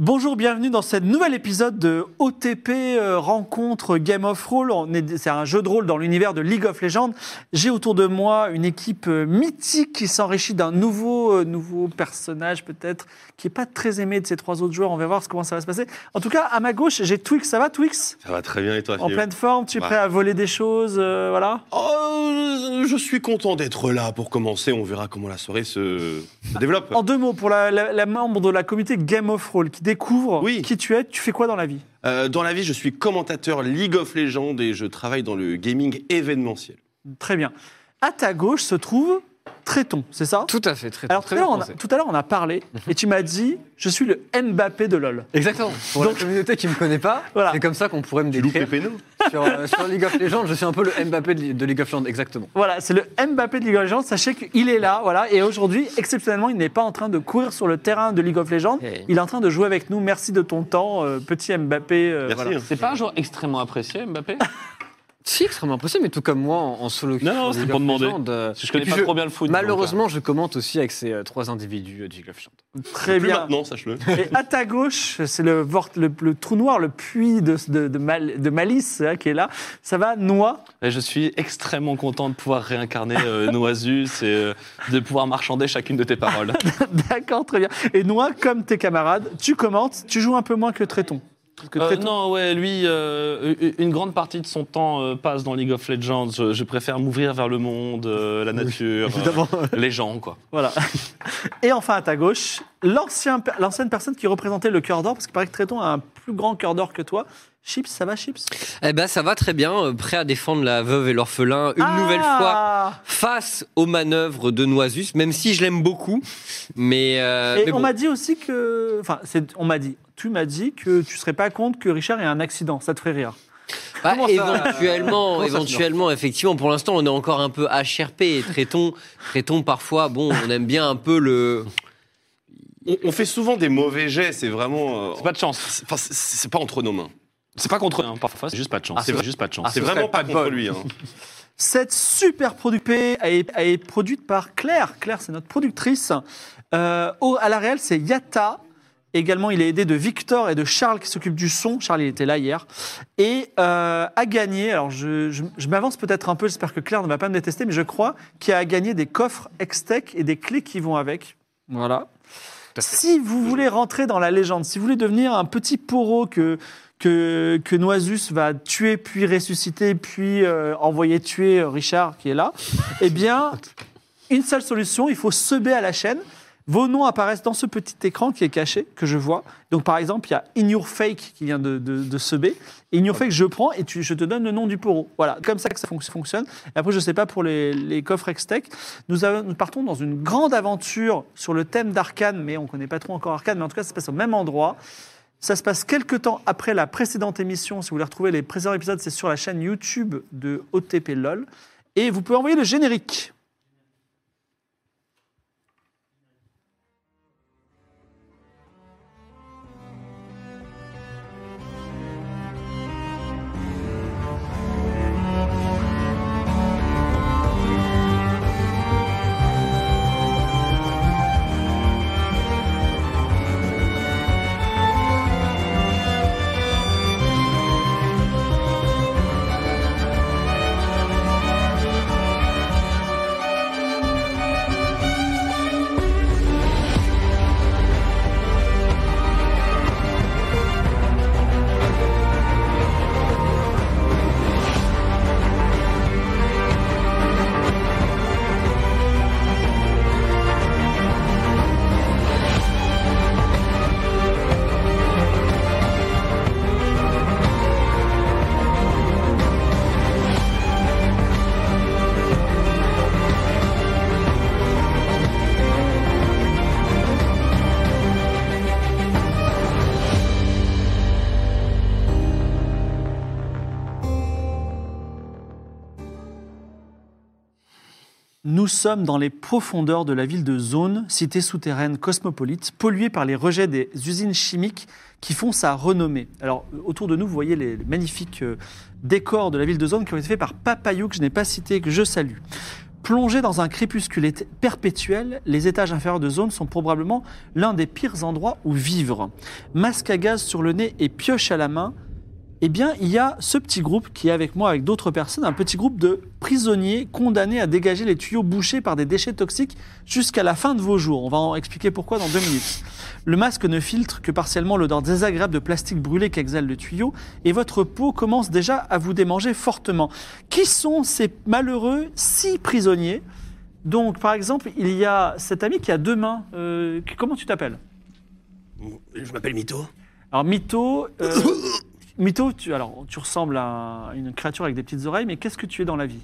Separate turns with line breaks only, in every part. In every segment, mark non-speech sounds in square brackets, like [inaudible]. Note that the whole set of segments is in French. Bonjour, bienvenue dans ce nouvel épisode de OTP euh, Rencontre Game of Roll. On est- C'est un jeu de rôle dans l'univers de League of Legends. J'ai autour de moi une équipe euh, mythique qui s'enrichit d'un nouveau, euh, nouveau personnage peut-être qui n'est pas très aimé de ces trois autres joueurs. On va voir comment ça va se passer. En tout cas, à ma gauche, j'ai Twix. Ça va Twix
Ça va très bien et toi,
En
Philippe
pleine forme, tu es
Ouais.
prêt à voler des choses, euh, voilà
Oh, je suis content d'être là pour commencer. On verra comment la soirée se, se développe.
En deux mots, pour la, la- la membre de la communauté Game of Roll qui découvre
Oui.
qui tu es, tu fais quoi dans la vie
Euh, dans la vie, je suis commentateur League of Legends et je travaille dans le gaming événementiel.
Très bien. À ta gauche se trouve Tréton, c'est ça
Tout à fait, très,
Alors tout
très
à
bien
l'heure, on a-
pensé.
tout à l'heure, on a parlé et tu m'as dit je suis le Mbappé de LoL.
Exactement. Pour
Donc-
la communauté qui me connaît pas,
[laughs] Voilà.
c'est comme ça qu'on pourrait me
Lou
décrire
Pépéno
sur, euh, sur League of Legends. Je suis un peu le Mbappé de de League of Legends, exactement.
Voilà, c'est le Mbappé de League of Legends. Sachez qu'il est là, voilà. Et aujourd'hui, exceptionnellement, il n'est pas en train de courir sur le terrain de League of Legends.
Hey.
Il est en train de jouer avec nous. Merci de ton temps, euh, petit Mbappé. euh,
Merci.
voilà.
hein.
C'est pas un joueur extrêmement apprécié, Mbappé
Si, extrêmement apprécié, mais tout comme moi en, en solo.
Non, non,
sur
c'était
League
pour
of
demander.
Legends, euh,
Parce que je
et
connais
puis
pas trop bien le foot.
Malheureusement, je commente aussi avec ces euh, trois individus euh, de League of Legends.
Très
Plus
bien.
maintenant, sache-le.
Et à ta gauche, c'est le, vort- le- le trou noir, le puits de, de- de mal- de malice hein, qui est là. Ça va, Noix
donc, euh, et je suis extrêmement content de pouvoir réincarner euh, Noisus et euh, de pouvoir marchander chacune de tes paroles.
[laughs] D'accord, très bien. Et Noix, comme tes camarades, tu commentes, tu joues un peu moins que Tréton. Parce que
Euh,
Tréton-
non, ouais, lui, euh, une grande partie de son temps euh, passe dans League of Legends. Je, je préfère m'ouvrir vers le monde, euh, la nature, euh, les gens, quoi.
Voilà. [laughs] Et enfin, à ta gauche, l'ancien- l'ancienne personne qui représentait le cœur d'or, parce qu'il paraît que Tréton a un plus grand cœur d'or que toi. Chips, ça va, Chips
Eh ben, ça va très bien. euh, Prêt à défendre la veuve et l'orphelin une
Ah
nouvelle fois face aux manœuvres de Noisus, même si je l'aime beaucoup. Mais, euh,
Et
mais
on
bon.
m'a dit aussi que. Enfin, c'est- on m'a dit. Tu m'as dit que tu serais pas contre que Richard ait un accident. Ça te ferait rire.
Bah,
Comment ça,
éventuellement,
comment ça se
éventuellement, effectivement, pour l'instant, on est encore un peu HRP. Traitons, traitons parfois. Bon, on aime bien un peu le.
On, on fait souvent des mauvais jets, c'est vraiment. euh,
C'est pas de chance.
c'est- enfin, c'est- c'est pas entre nos mains.
C'est pas contre eux, hein, parfois. C'est juste pas de chance.
Ah,
c'est
c'est-
juste pas de chance.
Ah, c'est
C'est-
vraiment pas contre lui. hein.
Cette super production a été- a été produite par Claire. Claire, c'est notre productrice. Euh, au- à la réelle, c'est Yata. Également, il est aidé de Victor et de Charles qui s'occupent du son. Charles, il était là hier. Et euh, a gagné, alors je, je- je m'avance peut-être un peu, j'espère que Claire ne va pas me détester, mais je crois qu'il a gagné des coffres Extech et des clés qui vont avec. Voilà. Si vous voulez rentrer dans la légende, si vous voulez devenir un petit poro que, que, que Noisus va tuer, puis ressusciter, puis euh, envoyer tuer euh, Richard qui est là, eh bien, une seule solution, il faut seber à la chaîne. Vos noms apparaissent dans ce petit écran qui est caché, que je vois. Donc, par exemple, il y a In Your Fake qui vient de, de, de seber. Et In Your Fake, je prends et tu- je te donne le nom du poro. Voilà, comme ça que ça fon- fonctionne. Et après, je ne sais pas pour les, les coffres Extech. Nous, avons- nous partons dans une grande aventure sur le thème d'Arcane, mais on ne connaît pas trop encore Arcane, mais en tout cas, ça se passe au même endroit. Ça se passe quelques temps après la précédente émission. Si vous voulez retrouver les précédents épisodes, c'est sur la chaîne YouTube de OTP LOL. Et vous pouvez envoyer le générique. Nous sommes dans les profondeurs de la ville de Zone, cité souterraine cosmopolite, polluée par les rejets des usines chimiques qui font sa renommée. Alors, euh, autour de nous, vous voyez les les magnifiques euh, décors de la ville de Zone qui ont été faits par Papayou, que je n'ai pas cité et que je salue. Plongés dans un crépuscule éte- perpétuel, les étages inférieurs de Zone sont probablement l'un des pires endroits où vivre. Masque à gaz sur le nez et pioche à la main, eh bien, il y a ce petit groupe qui est avec moi, avec d'autres personnes, un petit groupe de prisonniers condamnés à dégager les tuyaux bouchés par des déchets toxiques jusqu'à la fin de vos jours. On va en expliquer pourquoi dans deux minutes. Le masque ne filtre que partiellement l'odeur désagréable de plastique brûlé qu'exhale le tuyau et votre peau commence déjà à vous démanger fortement. Qui sont ces malheureux six prisonniers Donc, par exemple, il y a cet ami qui a deux mains. Euh, comment tu t'appelles
Je m'appelle Mito.
alors Mito,
[coughs]
euh, Mito, tu, alors, tu ressembles à une créature avec des petites oreilles, mais qu'est-ce que tu es dans la vie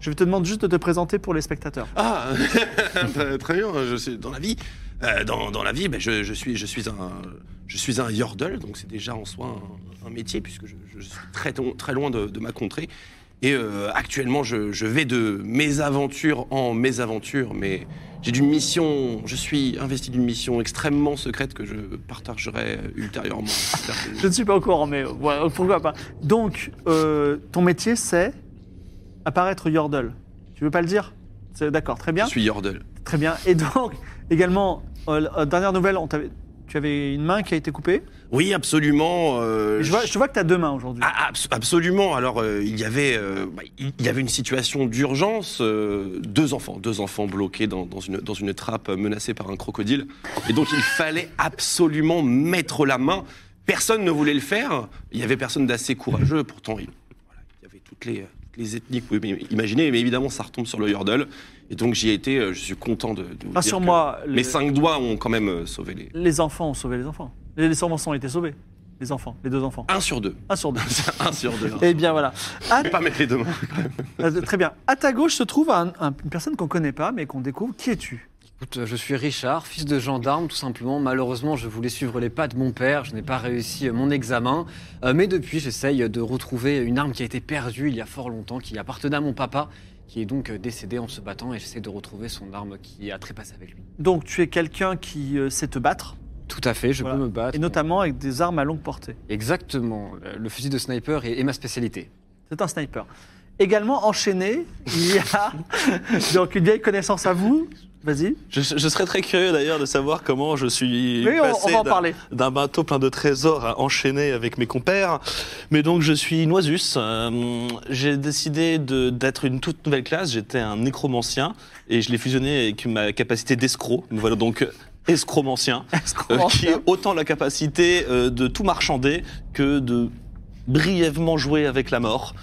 Je te demande juste de te présenter pour les spectateurs.
Ah, [laughs] bah, très bien. Je suis dans la vie. euh, dans, dans la vie, bah, je, je suis, je suis un, je suis un yordle, donc c'est déjà en soi un, un métier puisque je, je suis très, ton- très loin de, de ma contrée. Et euh, actuellement, je, je vais de mes aventures en mes aventures, mais j'ai d'une mission. Je suis investi d'une mission extrêmement secrète que je partagerai ultérieurement.
[laughs] Je ne suis pas au courant, mais euh, voilà, pourquoi pas. Donc, euh, ton métier, c'est apparaître Yordle. Tu veux pas le dire C'est- D'accord, très bien.
Je suis yordle.
Très bien. Et donc, également, euh, euh, dernière nouvelle, on t'avait- tu avais une main qui a été coupée.
Oui, absolument. euh,
Je vois, je vois que tu as deux mains aujourd'hui.
Ah, abs- absolument. Alors euh, il y avait euh, bah, il il y avait une situation d'urgence. euh, deux enfants, deux enfants bloqués dans, dans une dans une trappe euh, menacée par un crocodile. Et donc il fallait absolument mettre la main. Personne ne voulait le faire. Il y avait personne d'assez courageux. Pourtant il, voilà, il y avait toutes les toutes les ethnies que vous pouvez imaginer. Mais évidemment ça retombe sur le yordle. Et donc j'y ai été. euh, Je suis content de. de vous
Ah,
dire que
Rassure-moi. le-
Mes cinq doigts ont quand même euh, sauvé les.
Les enfants ont sauvé les enfants. Les les servants ont été sauvés. Les enfants, les deux enfants.
Un sur deux.
Un sur deux.
un sur deux. Je
[laughs] Eh bien voilà. À-
vais pas mettre les deux mains.
euh, très bien. À ta gauche se trouve un- un- une personne qu'on connaît pas, mais qu'on découvre. Qui es-tu
Écoute, euh, je suis Richard, fils de gendarme, tout simplement. Malheureusement, je voulais suivre les pas de mon père. Je n'ai pas réussi euh, mon examen. Euh, mais depuis, j'essaye de retrouver une arme qui a été perdue il y a fort longtemps, qui appartenait à mon papa, qui est donc euh, décédé en se battant. Et j'essaie de retrouver son arme qui a trépassé avec lui.
Donc tu es quelqu'un qui euh, sait te battre,
Tout à fait, je
Voilà.
peux me battre.
et notamment avec des armes à longue portée.
Exactement. Euh, Le fusil de sniper est, est ma spécialité.
C'est un sniper. Également enchaîné, il y
[laughs]
a donc une vieille connaissance à vous. Vas-y.
Ah, Je, je serais très curieux d'ailleurs de savoir comment je suis
Oui, on- on,
passé
va en
d'un-
parler.
d'un bateau plein de trésors à enchaîner avec mes compères. Mais donc je suis Noisus. Euh, j'ai décidé de- d'être une toute nouvelle classe. J'étais un nécromancien et je l'ai fusionné avec ma capacité d'escroc. Me Voilà donc escromancien,
Est-ce qu'on
euh,
en
qui
fait
est autant la capacité euh, de tout marchander que de brièvement jouer avec la mort.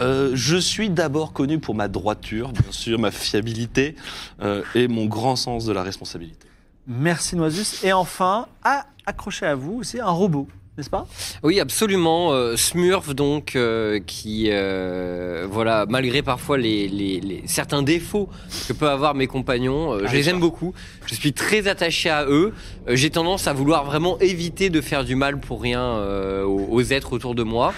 Euh, je suis d'abord connu pour ma droiture, bien sûr, ma fiabilité euh, et mon grand sens de la responsabilité.
Merci Noisus. Et enfin, à, accroché à vous, c'est un robot, n'est-ce pas
Oui, absolument. euh, Smurf, donc, euh, qui, euh, voilà, malgré parfois les, les- les- certains défauts que peuvent avoir mes compagnons, euh, je les aime beaucoup. Je suis très attaché à eux. Euh, J'ai tendance à vouloir vraiment éviter de faire du mal pour rien euh, aux, aux êtres autour de moi,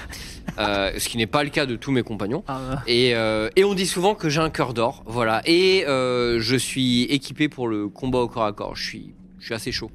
euh, ce qui n'est pas le cas de tous mes compagnons. Et, euh, et on dit souvent que j'ai un cœur d'or, voilà. Et euh, je suis équipé pour le combat au corps à corps. Je suis, je suis assez chaud.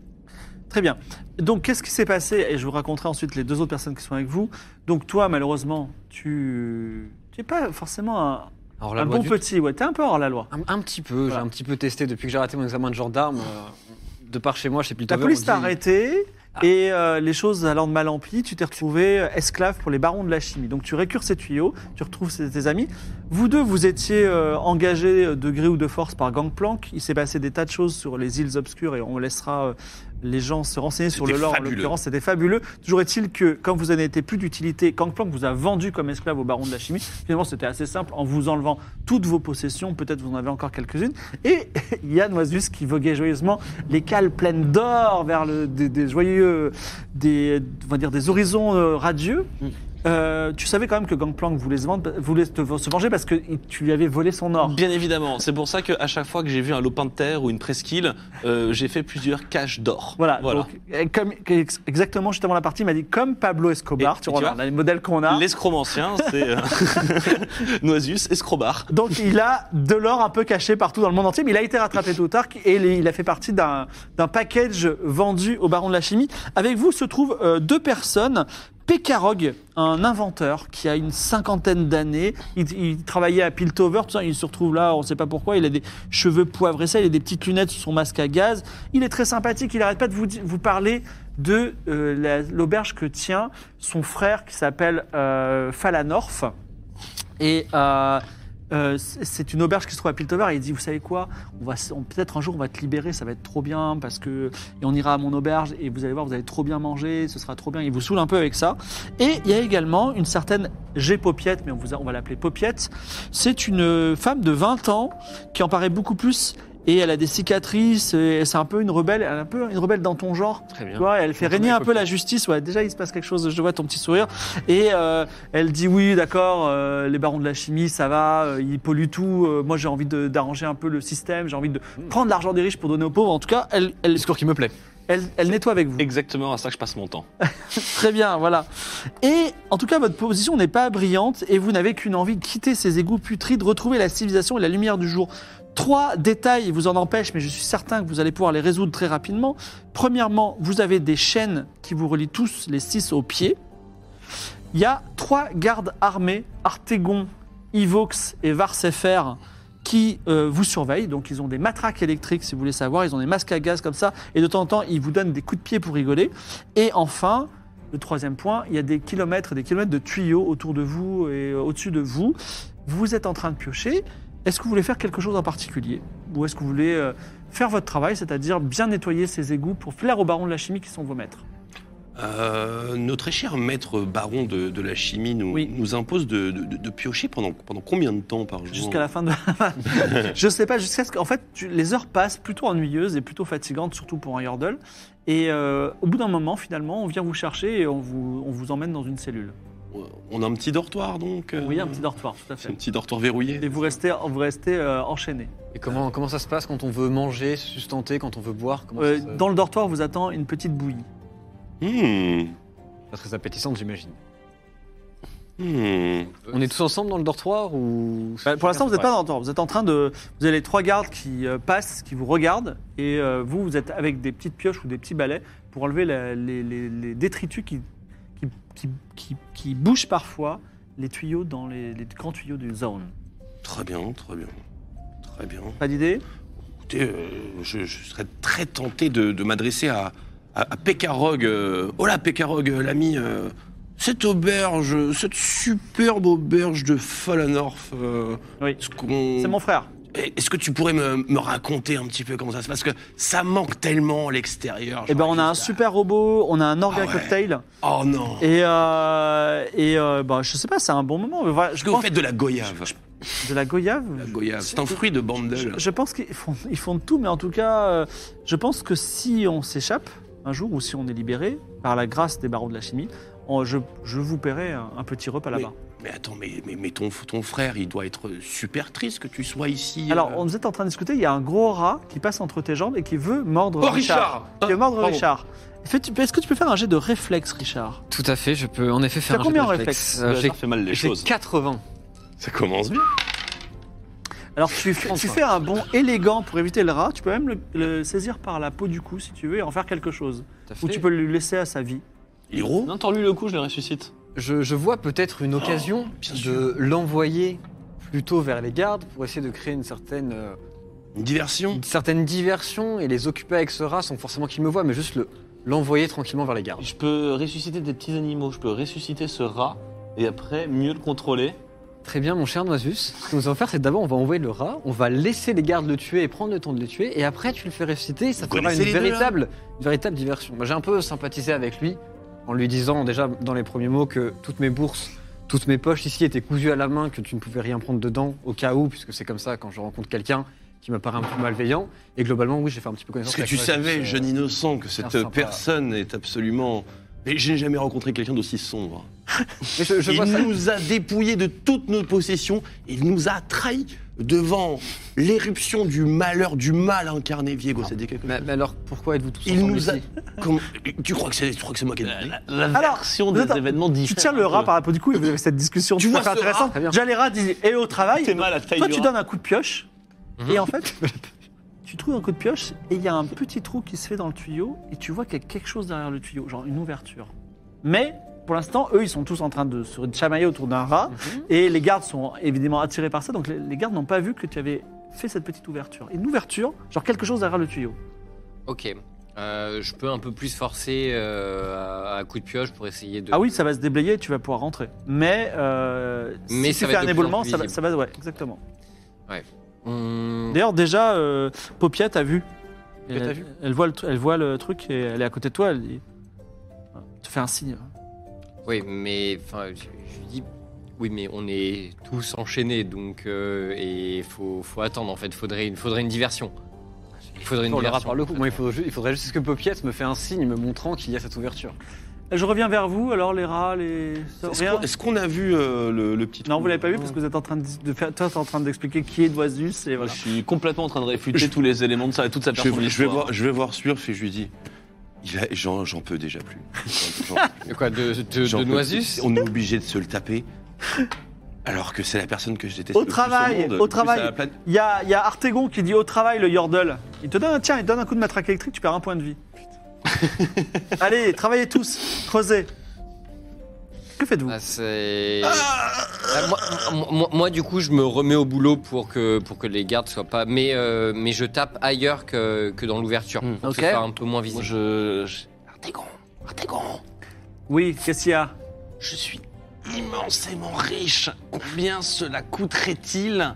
Très bien. Donc, qu'est-ce qui s'est passé Et je vous raconterai ensuite les deux autres personnes qui sont avec vous. Donc, toi, malheureusement, tu n'es pas forcément un,
Alors,
un
loi
bon
du-
petit. Ouais, t'es un peu hors la loi.
un, un petit peu.
Voilà.
J'ai un petit peu testé depuis que j'ai raté mon examen de gendarme. euh, de par chez moi, chez Piltover.
La police
on
t'a
dit-
arrêté
Ah.
et euh, les choses allant de mal en pis, tu t'es retrouvé euh, esclave pour les barons de la chimie. Donc, tu récures ces tuyaux, tu retrouves ces- tes amis. Vous deux, vous étiez euh, engagés euh, de gré ou de force par Gangplank. Il s'est passé des tas de choses sur les îles obscures et on laissera euh, les gens se renseigner sur le
C'était
lore. En
fabuleux.
l'occurrence, c'était fabuleux. Toujours est-il que quand vous n'avez été plus d'utilité, Gangplank vous a vendu comme esclave au baron de la chimie. Finalement, c'était assez simple. En vous enlevant toutes vos possessions, peut-être vous en avez encore quelques-unes. Et il y a Noisus qui voguait joyeusement les cales pleines d'or vers le, des, des joyeux, des, on va dire, des horizons euh, radieux. Euh, tu savais quand même que Gangplank voulait se, vendre- voulait te- se venger parce que tu lui avais volé son or.
Bien évidemment, c'est pour ça qu'à chaque fois que j'ai vu un lopin de terre ou une presqu'île, euh, j'ai fait plusieurs caches d'or.
Voilà, donc, euh, comme, ex- exactement juste avant la partie, il m'a dit comme Pablo Escobar,
Et-
tu
et tu
regardes
vois,
là, les modèles qu'on a.
L'escromancien, c'est euh, [laughs] Noisius Escrobar.
Donc il a de l'or un peu caché partout dans le monde entier, mais il a été rattrapé tôt ou tard et il est- il a fait partie d'un d'un package vendu au baron de la chimie. Avec vous se trouvent euh, deux personnes. Pekarog, un inventeur qui a une cinquantaine d'années, il, il travaillait à Piltover, tout ça, il se retrouve là, on ne sait pas pourquoi, il a des cheveux poivrés, ça, il a des petites lunettes sur son masque à gaz, il est très sympathique, il n'arrête pas de vous, di- vous parler de euh, la- l'auberge que tient son frère qui s'appelle euh, Falanorf. Et euh, euh, c'est c'est une auberge qui se trouve à Piltover. Et il dit, vous savez quoi On va, s- on- peut-être un jour on va te libérer, ça va être trop bien parce que et on ira à mon auberge et vous allez voir, vous allez trop bien manger, ce sera trop bien. Il vous saoule un peu avec ça. Et il y a également une certaine G Popiette, mais on, vous a- on va l'appeler Popiette. C'est une euh, femme de 20 ans qui en paraît beaucoup plus. Et elle a des cicatrices, et c'est un peu une rebelle, elle est un peu une rebelle dans ton genre.
Très
Tu
bien.
vois, elle fait
J'entends
régner
bien
un peu
Popiette.
la justice. Ouais, déjà, il se passe quelque chose. Je vois ton petit sourire. Et euh, elle dit oui, d'accord. euh, les barons de la chimie, ça va. euh, ils polluent tout. euh, moi, j'ai envie de- d'arranger un peu le système. J'ai envie de prendre l'argent des riches pour donner aux pauvres. En tout cas, elle, elle,
Hmm. Discours qui me plaît.
elle, elle nettoie avec vous.
Exactement à ça que je passe mon temps.
Très bien, voilà. Et en tout cas, votre position n'est pas brillante et vous n'avez qu'une envie de quitter ces égouts putrides, retrouver la civilisation et la lumière du jour. Trois détails vous en empêchent, mais je suis certain que vous allez pouvoir les résoudre très rapidement. Premièrement, vous avez des chaînes qui vous relient tous les six aux pieds. Il y a trois gardes armés, Artégon, Ivox et Varsefer, qui euh, vous surveillent. Donc, ils ont des matraques électriques, si vous voulez savoir. Ils ont des masques à gaz comme ça. Et de temps en temps, ils vous donnent des coups de pied pour rigoler. Et enfin, le troisième point, il y a des kilomètres et des kilomètres de tuyaux autour de vous et euh, au-dessus de vous. Vous êtes en train de piocher. Est-ce que vous voulez faire quelque chose en particulier Ou est-ce que vous voulez euh, faire votre travail, c'est-à-dire bien nettoyer ces égouts pour plaire aux barons de la chimie qui sont vos maîtres
Euh, notre très cher maître baron de, de la chimie nous,
Oui.
nous impose de, de- de- de piocher pendant, pendant combien de temps par jour
Jusqu'à la fin de. [laughs] je sais pas, jusqu'à ce qu'en fait, tu- les heures passent plutôt ennuyeuses et plutôt fatigantes, surtout pour un Yordle. Et euh, au bout d'un moment, finalement, on vient vous chercher et on vous, on vous emmène dans une cellule.
Euh, On a un petit dortoir donc euh,
Oui, un petit dortoir, tout à
C'est un
fait.
petit dortoir verrouillé.
Et vous restez, vous restez euh, enchaîné.
Et comment, comment ça se passe quand on veut manger, se sustenter, quand on veut boire comment
Euh,
ça se-
dans le dortoir vous attend une petite bouillie.
Hmm,
Pas Très appétissante, j'imagine.
hmm.
On est tous ensemble dans le dortoir ou
Bah, pour l'instant, vous n'êtes pas dans le dortoir. Vous êtes en train de. Vous avez les trois gardes qui euh, passent, qui vous regardent, et euh, vous, vous êtes avec des petites pioches ou des petits balais pour enlever la- les, les- les détritus qui, qui, qui, qui- qui bougent parfois les tuyaux dans les, les grands tuyaux du zone.
Très bien, très bien. Très bien.
Pas d'idée
Écoutez, euh, je, je serais très tenté de, de m'adresser à, à, à Pécarog. euh, Hola Pécarog, euh, l'ami. euh, cette auberge, cette superbe auberge de Falanorf. euh,
Oui.
est-ce qu'on-
C'est mon frère.
Est-ce que tu pourrais me, me raconter un petit peu comment ça se passe Parce que ça manque tellement l'extérieur.
Eh ben, on a un
Genre,
super robot, on a un orga
Ah ouais.
cocktail,
Oh non Est-ce
et euh, et euh, bah, je sais pas, c'est un bon moment. mais voilà, je
que vous
pense
faites de la goyave
de la goyave.
La goyave, c'est un fruit de
Je,
bandel.
je pense qu'ils font, ils font de tout, mais en tout cas, euh, je pense que si on s'échappe un jour ou si on est libéré par la grâce des barons de la chimie, on- je, je vous paierai un, un petit repas là-bas.
Mais attends, mais, mais, mais ton, ton frère, il doit être super triste que tu sois ici.
Alors,
euh.
on est en train de discuter, il y a un gros rat qui passe entre tes jambes et qui veut mordre
Oh
Richard. Ah,
Richard
Qui veut mordre
Pardon.
Richard. Fais-tu- Est-ce que tu peux faire un jet de réflexe, Richard
Tout à fait, je peux en effet faire
T'as
un jeu
combien
de
en réflexe
réflexe.
Le
Euh, j'ai-
hasard fait mal les
J'ai
choses.
80.
Ça commence bien.
Alors, tu, fais- tu fais un bond élégant pour éviter le rat, tu peux même le, le saisir par la peau du cou si tu veux et en faire quelque chose.
Tout à fait.
Ou tu peux le laisser à sa vie.
Héros
Non, tends-lui le coup, je le ressuscite.
Je, je vois peut-être une occasion
bien
de
sûr.
l'envoyer plutôt vers les gardes pour essayer de créer une certaine, euh,
Une diversion
une certaine diversion et les occuper avec ce rat sans forcément qu'ils me voient, mais juste le- l'envoyer tranquillement vers les gardes.
Je peux ressusciter des petits animaux, je peux ressusciter ce rat et après mieux le contrôler.
Très bien, mon cher Noisus. Ce que nous allons faire, c'est d'abord, on va envoyer le rat, on va laisser les gardes le tuer et prendre le temps de le tuer, et après, tu le fais ressusciter, et ça
Vous
fera une
connaissez les deux, hein là
véritable, une véritable diversion. Moi, j'ai un peu sympathisé avec lui, en lui disant déjà dans les premiers mots que toutes mes bourses, toutes mes poches ici étaient cousues à la main, que tu ne pouvais rien prendre dedans, au cas où, puisque c'est comme ça quand je rencontre quelqu'un qui me paraît un peu malveillant. Et globalement, oui, j'ai fait un petit peu connaissance
Parce que
avec
tu
Noisus,
savais,
euh,
jeune innocent, que
c'est
cette
sympa.
personne est absolument Mais je n'ai jamais rencontré quelqu'un d'aussi sombre.
Mais je, je
il
vois ça.
nous a dépouillés de toutes nos possessions. Il nous a trahis devant l'éruption du malheur, du mal incarné. Viego,
Ah.
ça dit quelque chose.
Mais, mais alors, pourquoi êtes-vous tous
Il
ensemble
nous a.
[laughs]
ici
Comment- Tu crois que c'est tu crois que c'est moi qui ai demandé
La, la
Alors,
version
attends,
des événements
Tu
diffère
tiens le
un
rat
peu.
par la peau du cou et vous avez cette discussion
Tu
tout à
vois
fait
ce rat
intéressante.
Très bien.
Déjà, les rats disent Et eh, au travail
T'es mal à la taille
Toi,
du
tu
rat.
donnes un coup de pioche.
Mhm.
Et en fait, tu trouves un coup de pioche et il y a un petit trou qui se fait dans le tuyau et tu vois qu'il y a quelque chose derrière le tuyau, genre une ouverture. Mais pour l'instant, eux, ils sont tous en train de se chamailler autour d'un rat
Mhm.
et les gardes sont évidemment attirés par ça, donc les, les gardes n'ont pas vu que tu avais fait cette petite ouverture. Une ouverture, genre quelque chose derrière le tuyau.
Ok. Euh, je peux un peu plus forcer euh, à, à coup de pioche pour essayer de.
Ah oui, ça va se déblayer et tu vas pouvoir rentrer. Mais, euh,
Mais
si tu
ça va
fais un
être de plus en
éboulement,
plus
ça va,
visible.
ça va, ouais, exactement.
Hmm,
Mm. D'ailleurs, déjà, euh, Popiette a vu.
Popiette
elle,
a vu.
elle voit le, tru- elle voit le truc et elle est à côté de toi. Elle dit- Voilà, te fait un signe.
Oui, mais enfin, je, je lui dis, oui, mais on est tous enchaînés, donc euh, et faut, faut attendre. En fait, faudrait une, faudrait une diversion. Il faudrait une
On le rat
diversion.
par le cou. Moi, il, faudrait, ju- il faudrait juste que Popiette me fait un signe me montrant qu'il y a cette ouverture.
Je reviens vers vous. Alors, les rats, les.
Est-ce
Rien.
qu'on- est-ce qu'on a vu euh, le, le petit
Non,
trou
vous l'avez pas vu parce que vous êtes en train de, de faire. Toi, t'es en train d'expliquer qui est Doisus et
Moi,
voilà.
Je suis complètement en train de réfuter tous les éléments de ça, toute sa
Je vais,
personne.
je vais voir, je vais voir Surf et je lui dis. il a- J'en j'en peux déjà plus. J'en- j'en-
De quoi De, de, de
J'en peux
Noisus
plus. On est obligé de se le taper. Alors que c'est la personne que je déteste.
Au
le plus
travail, au
monde. Le plus
travail.
à la planète.
Il y a, il y a Artegon qui dit au travail le Yordle. Il te donne, un- tiens, il te donne un coup de matraque électrique. Tu perds un point de vie. [laughs]
[laughs]
Allez, travaillez tous, creusez. Que faites-vous
Ah, c'est- Ah, moi, moi- moi- moi, du coup, je me remets au boulot pour que, pour que les gardes soient pas. Mais, euh, mais je tape ailleurs que, que dans l'ouverture.
Hmm.
Pour
Ok.
que ce soit un peu moins
Moi,
visible.
je, je-
Artégon, Artégon,
Oui, qu'est-ce qu'il y a
je suis immensément riche. Combien cela coûterait-il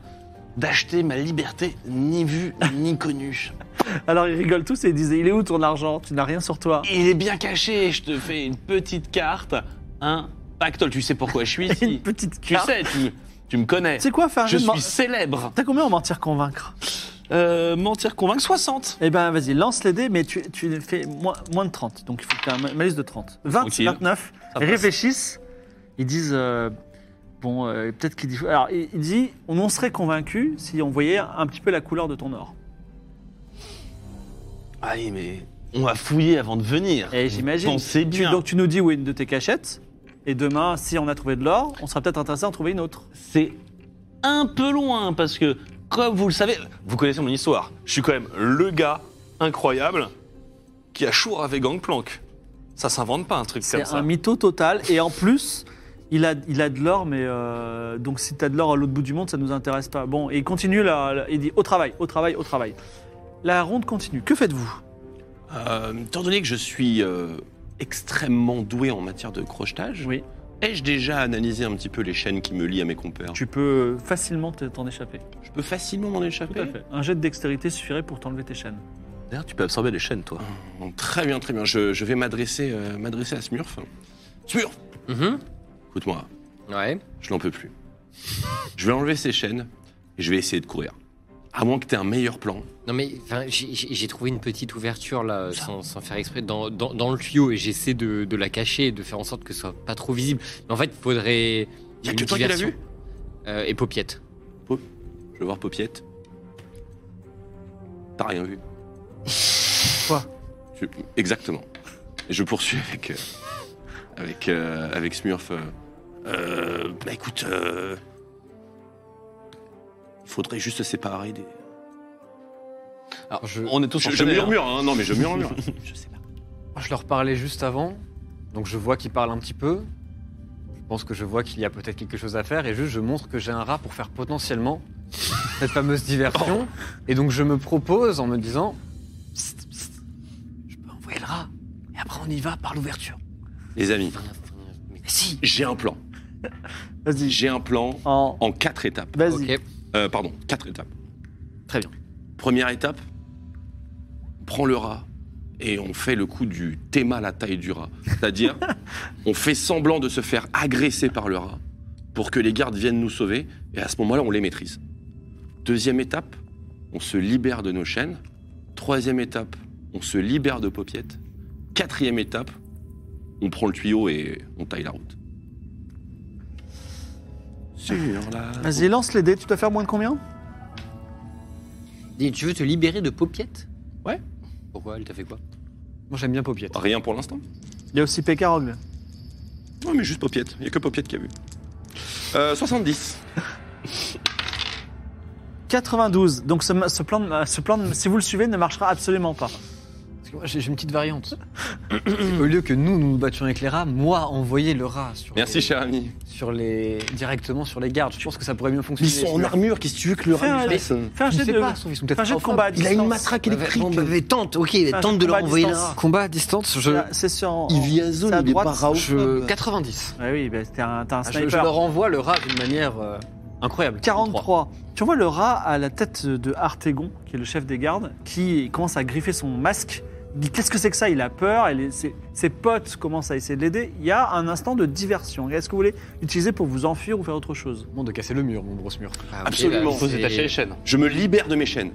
d'acheter ma liberté, ni vue ni connue
Alors ils rigolent tous et ils disent Il est où ton argent Tu n'as rien sur toi.
Il est bien caché. Je te fais une petite carte, un pactole. Tu sais pourquoi je
[laughs]
suis
Une
ici
petite
Tu
carte.
sais, tu, tu me connais.
Ah. C'est quoi faire un
Je
jeu de men-
suis célèbre.
T'as combien en mentir convaincre
Euh, mentir, convaincre, 60.
Eh ben vas-y, lance les dés, mais tu, tu fais moins, moins de 30. Donc il faut que tu aies un ma- malus de 30. 20,
Tranquille.
29.
Ça
Ils
passe.
réfléchissent. Ils disent euh, Bon, euh, peut-être qu'il dit. Alors il, il dit On en serait convaincu si on voyait un petit peu la couleur de ton or.
Ah oui, mais on va fouiller avant de venir.
Et j'imagine.
Pensez
Tu-
bien.
donc tu nous dis où est une de tes cachettes. Et demain, si on a trouvé de l'or, on sera peut-être intéressé à en trouver une autre.
c'est un peu loin parce que, comme vous le savez, vous connaissez mon histoire. Je suis quand même le gars incroyable qui a chouravé Gangplank. Ça s'invente pas un truc comme
C'est
ça.
un mytho total. Et en plus, il a, il a de l'or, mais euh, donc si t'as de l'or à l'autre bout du monde, ça nous intéresse pas. Bon, et il continue là, là, il dit au travail, au travail, au travail. La ronde continue. Que faites-vous
Euh, étant donné que je suis euh, extrêmement doué en matière de crochetage,
Oui.
ai-je déjà analysé un petit peu les chaînes qui me lient à mes compères
Tu peux Euh, facilement t- t'en échapper.
Je peux facilement m'en
Tout
échapper
à fait. Un jet de dextérité suffirait pour t'enlever tes chaînes.
D'ailleurs, tu peux absorber les chaînes, toi.
Bon, Mmh, Très bien, très bien. Je, je vais m'adresser euh, m'adresser à Smurf. Smurf
Mhm.
Écoute-moi,
Ouais.
je n'en peux plus. je vais enlever ces chaînes et je vais essayer de courir. À moins que tu aies un meilleur plan.
Non mais enfin, j'ai- j'ai j'ai trouvé une petite ouverture là, sans, sans faire exprès, dans, dans- dans le tuyau et j'essaie de, de la cacher et de faire en sorte que ce soit pas trop visible. Mais en fait, faudrait.
Y a
une
que toi qui l'as
diversion.
vu
Euh, Et Popiette.
Je vais voir Popiette. T'as rien vu.
Quoi
Je- Exactement. Et je poursuis avec euh, avec euh, avec Smurf. euh, euh, bah écoute, euh, il faudrait juste se séparer des.
Alors, je,
On est tous
Je, je
enchaînés,
murmure, hein, non mais je murmure.
Je sais pas.
Ah, Je leur parlais juste avant, donc je vois qu'ils parlent un petit peu. Je pense que je vois qu'il y a peut-être quelque chose à faire et juste je montre que j'ai un rat pour faire potentiellement cette fameuse [laughs] diversion. Et donc je me propose en me disant Psst, psst, Je peux envoyer le rat et après on y va par l'ouverture.
Les amis,
Si
j'ai un plan.
Vas-y.
J'ai un plan
En...
en quatre étapes.
Vas-y.
Ok.
Euh, pardon, quatre étapes.
Très bien.
Première étape, on prend le rat et on fait le coup du théma la taille du rat.
[laughs]
C'est-à-dire, on fait semblant de se faire agresser par le rat pour que les gardes viennent nous sauver et à ce moment-là, on les maîtrise. Deuxième étape, on se libère de nos chaînes. Troisième étape, on se libère de Popiette. Quatrième étape, on prend le tuyau et on taille la route. Sur la.
Vas-y, lance les dés. Tu dois faire moins de combien
Dis, tu veux te libérer de Popiette
Ouais.
Pourquoi Elle t'a fait quoi
Moi, j'aime bien Popiette.
Rien pour l'instant.
Il y a aussi Pécarogle.
Non, mais juste Popiette. Il n'y a que Popiette qui a vu. Euh, 70.
92. Donc ce, ce plan, de- ce plan, de- si vous le suivez, ne marchera absolument pas.
Parce que moi, j'ai j'ai une petite variante. Au lieu que nous, nous nous battions avec les rats, moi, envoyer le rat sur
Merci,
les-
cher ami.
sur les, directement sur les gardes. Je pense que ça pourrait mieux fonctionner.
armure. Qu'est-ce que tu veux que le
Fais un-
lui fasse
Fais un
Je
jet
sais
de,
pas, sauf ils sont
fais un
peut-être
jet de
pas
combat à
Il a une
distance.
matraque électrique.
Bon, bah,
tente, ok, tente de
combat
leur
à
envoyer
distance.
là.
Combat à distance, je.
Là, C'est sur. en-
Iviazo,
c'est à
il est
droite.
pas Raoult.
je 90.
Ouais, oui, bah, t'es un, t'es un
Ah,
sniper.
Je, je leur envoie le rat d'une manière euh, incroyable.
43. Tu vois le rat à la tête de Artégon, qui est le chef des gardes, qui commence à griffer son masque. Il dit Qu'est-ce que c'est que ça Il a peur. Et les- ses, ses potes commencent à essayer de l'aider. Il y a un instant de diversion. Est-ce que vous voulez utiliser pour vous enfuir ou faire autre chose
Bon, de casser le mur, mon gros mur.
Ah,
Absolument.
bah,
Il faut se détacher les chaînes.
Je me libère de mes chaînes.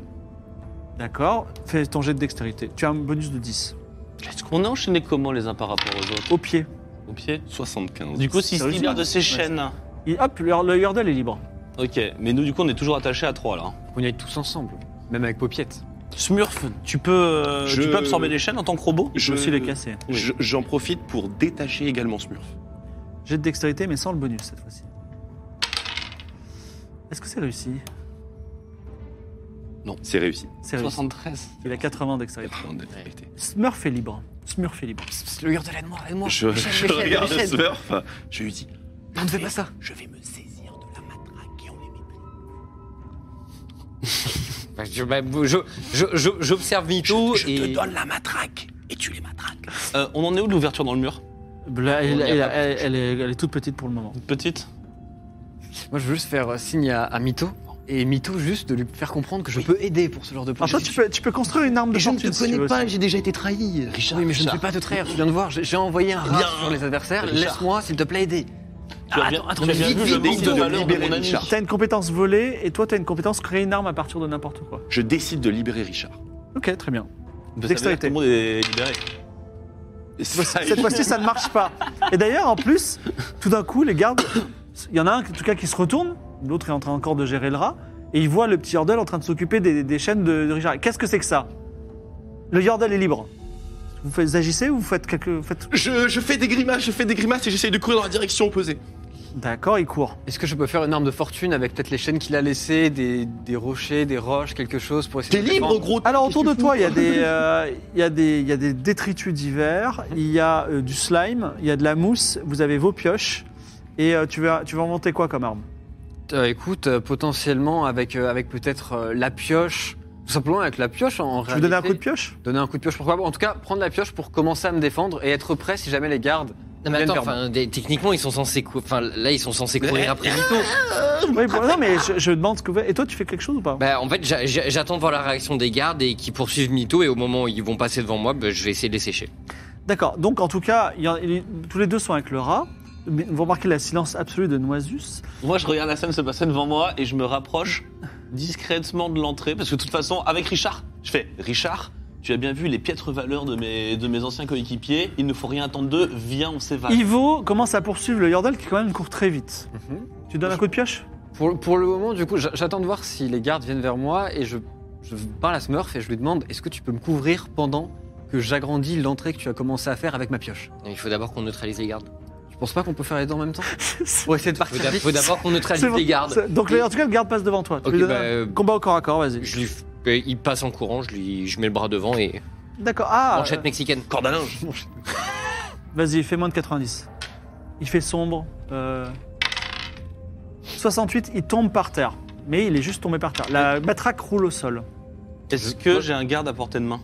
D'accord. Fais ton jet de dextérité. Tu as un bonus de 10.
On est enchaîné comment les uns par rapport aux autres
Au pied.
Au pied
75.
Du coup, s'ils
Ça
se
aussi,
libèrent de
ouais.
ces chaînes.
Et hop, le, le hurdle est libre.
Ok, mais nous, du coup, on est toujours attachés à trois là.
On y aille tous ensemble, même avec Popiette.
Smurf, tu peux, euh,
Je-
tu peux absorber les chaînes en tant que robot
Je peux aussi
Euh,
les casser.
Je- J'en profite pour détacher également Smurf.
Jet de dextérité, mais sans le bonus cette fois-ci. Est-ce que c'est réussi
C'est réussi.
C'est réussi.
73.
Il a 80 dextérité.
Putain, d'être pété.
Smurf est libre. Smurf est libre.
Le garde, aide-moi, aide-moi.
Je,
Michel,
je
Michel,
regarde
Michel.
Smurf. Je lui dis
Non, ne fais pas ça.
Je vais me saisir de la matraque et on les met
Bah, je- bah, je- je- je- J'observe Mito
Je te
et.
donne la matraque et tu les matraques.
Euh, on en est où de l'ouverture dans le mur
Bla- elle,
y a
elle-
pas
elle- elle est, elle est toute petite pour le moment.
Petite
Moi, je veux juste faire euh, signe à, à Mito. Et Mito, juste de lui faire comprendre que je peux aider pour ce genre de plan.
Alors toi, tu peux, tu peux construire une arme de
Mais je ne
fortune.
te
si tu
connais
veux
pas,
aussi.
j'ai déjà été trahi.
oui, mais je ne peux pas te trahir. Tu viens de voir, j'ai j'ai envoyé un rat sur les adversaires.
Richard.
Laisse-moi, s'il te plaît, aider.
Tu as bien,
attends,
tu as
vite,
bien
vite,
vu le
vite,
manque
vite,
de
de
valeur de
libérer
mon ami.
Richard.
T'as une compétence volée et toi, t'as une compétence créer une arme à partir de n'importe quoi.
Je décide de libérer Richard.
Ok, très bien.
Mais ça veut dire que
Dextérité.
Tout le monde est libéré.
Et ça,
Cette fois-ci, ça ne marche pas. Et d'ailleurs, en plus, tout d'un coup, les gardes, il y en a un en tout cas qui se retourne, l'autre est en train encore de gérer le rat, et il voit le petit Yordle en train de s'occuper des, des chaînes de, de Richard. Qu'est-ce que c'est que ça Le Yordle est libre. Vous faites, agissez ou vous faites quelque. vous Faites...
je, je fais des grimaces, je fais des grimaces et j'essaye de courir dans la direction opposée.
D'accord, il court.
Est-ce que je peux faire une arme de fortune avec peut-être les chaînes qu'il a laissées, des, des rochers, des roches, quelque chose pour essayer
T'es
de
libre,
défendre
gros
Alors autour de toi, il y a des, euh, il y a des, il y a des détritus divers, il y a euh, du slime, il y a de la mousse. Vous avez vos pioches. Et euh, tu vas, tu vas inventer quoi comme arme
Euh, Écoute, euh, potentiellement avec, euh, avec peut-être euh, la pioche. Tout simplement avec la pioche en, en
Tu veux donner un coup de
réalité.
pioche
Donner un coup de pioche, pourquoi pas En tout cas, prendre la pioche pour commencer à me défendre et être prêt si jamais les gardes.
Non, mais
viennent
attends,
vers moi.
enfin, des- techniquement, ils sont censés. cou- Enfin, là, ils sont censés courir après Mito.
Oui, bon, non, mais je, je demande ce que vous. Et toi, tu fais quelque chose ou pas
Bah, en fait, j'a- j'a- j'attends de voir la réaction des gardes et qui poursuivent Mito. Et au moment où ils vont passer devant moi, bah, je vais essayer de les sécher.
D'accord. Donc, en tout cas, il y en- il- tous les deux sont avec le rat. Mais vous remarquez la silence absolue de Noisus.
Moi, je regarde la scène se passer devant moi et je me rapproche discrètement de l'entrée parce que de toute façon, avec Richard, je fais Richard, tu as bien vu les piètres valeurs de mes, de mes anciens coéquipiers, il ne faut rien attendre d'eux, viens, on s'évade.
Ivo commence à poursuivre le Yordle qui, quand même, court très vite.
Mhm.
Tu donnes un coup de pioche
Pour, pour le moment, du coup, j'a- j'attends de voir si les gardes viennent vers moi et je, je parle à Smurf et je lui demande est-ce que tu peux me couvrir pendant que j'agrandis l'entrée que tu as commencé à faire avec ma pioche
Il faut d'abord qu'on neutralise les gardes.
Je pense pas qu'on peut faire les deux en
[laughs]
même temps Pour essayer de
Il faut
partir
d'a-
vite.
faut d'abord qu'on neutralise
C'est bon.
les gardes.
C'est- Donc, le- en tout cas, le garde passe devant toi. Tu
Ok,
lui donnes
bah,
un
euh,
Combat au corps à corps, vas-y.
je lui. f- euh, Il passe en courant, je, lui, je mets le bras devant et.
D'accord. Ah
Manchette mexicaine.
Corde à linge.
Vas-y, fais moins de 90. Il fait sombre. euh, 68, il tombe par terre. Mais il est juste tombé par terre. La matraque roule au sol.
Est-ce que j'ai un garde à portée de main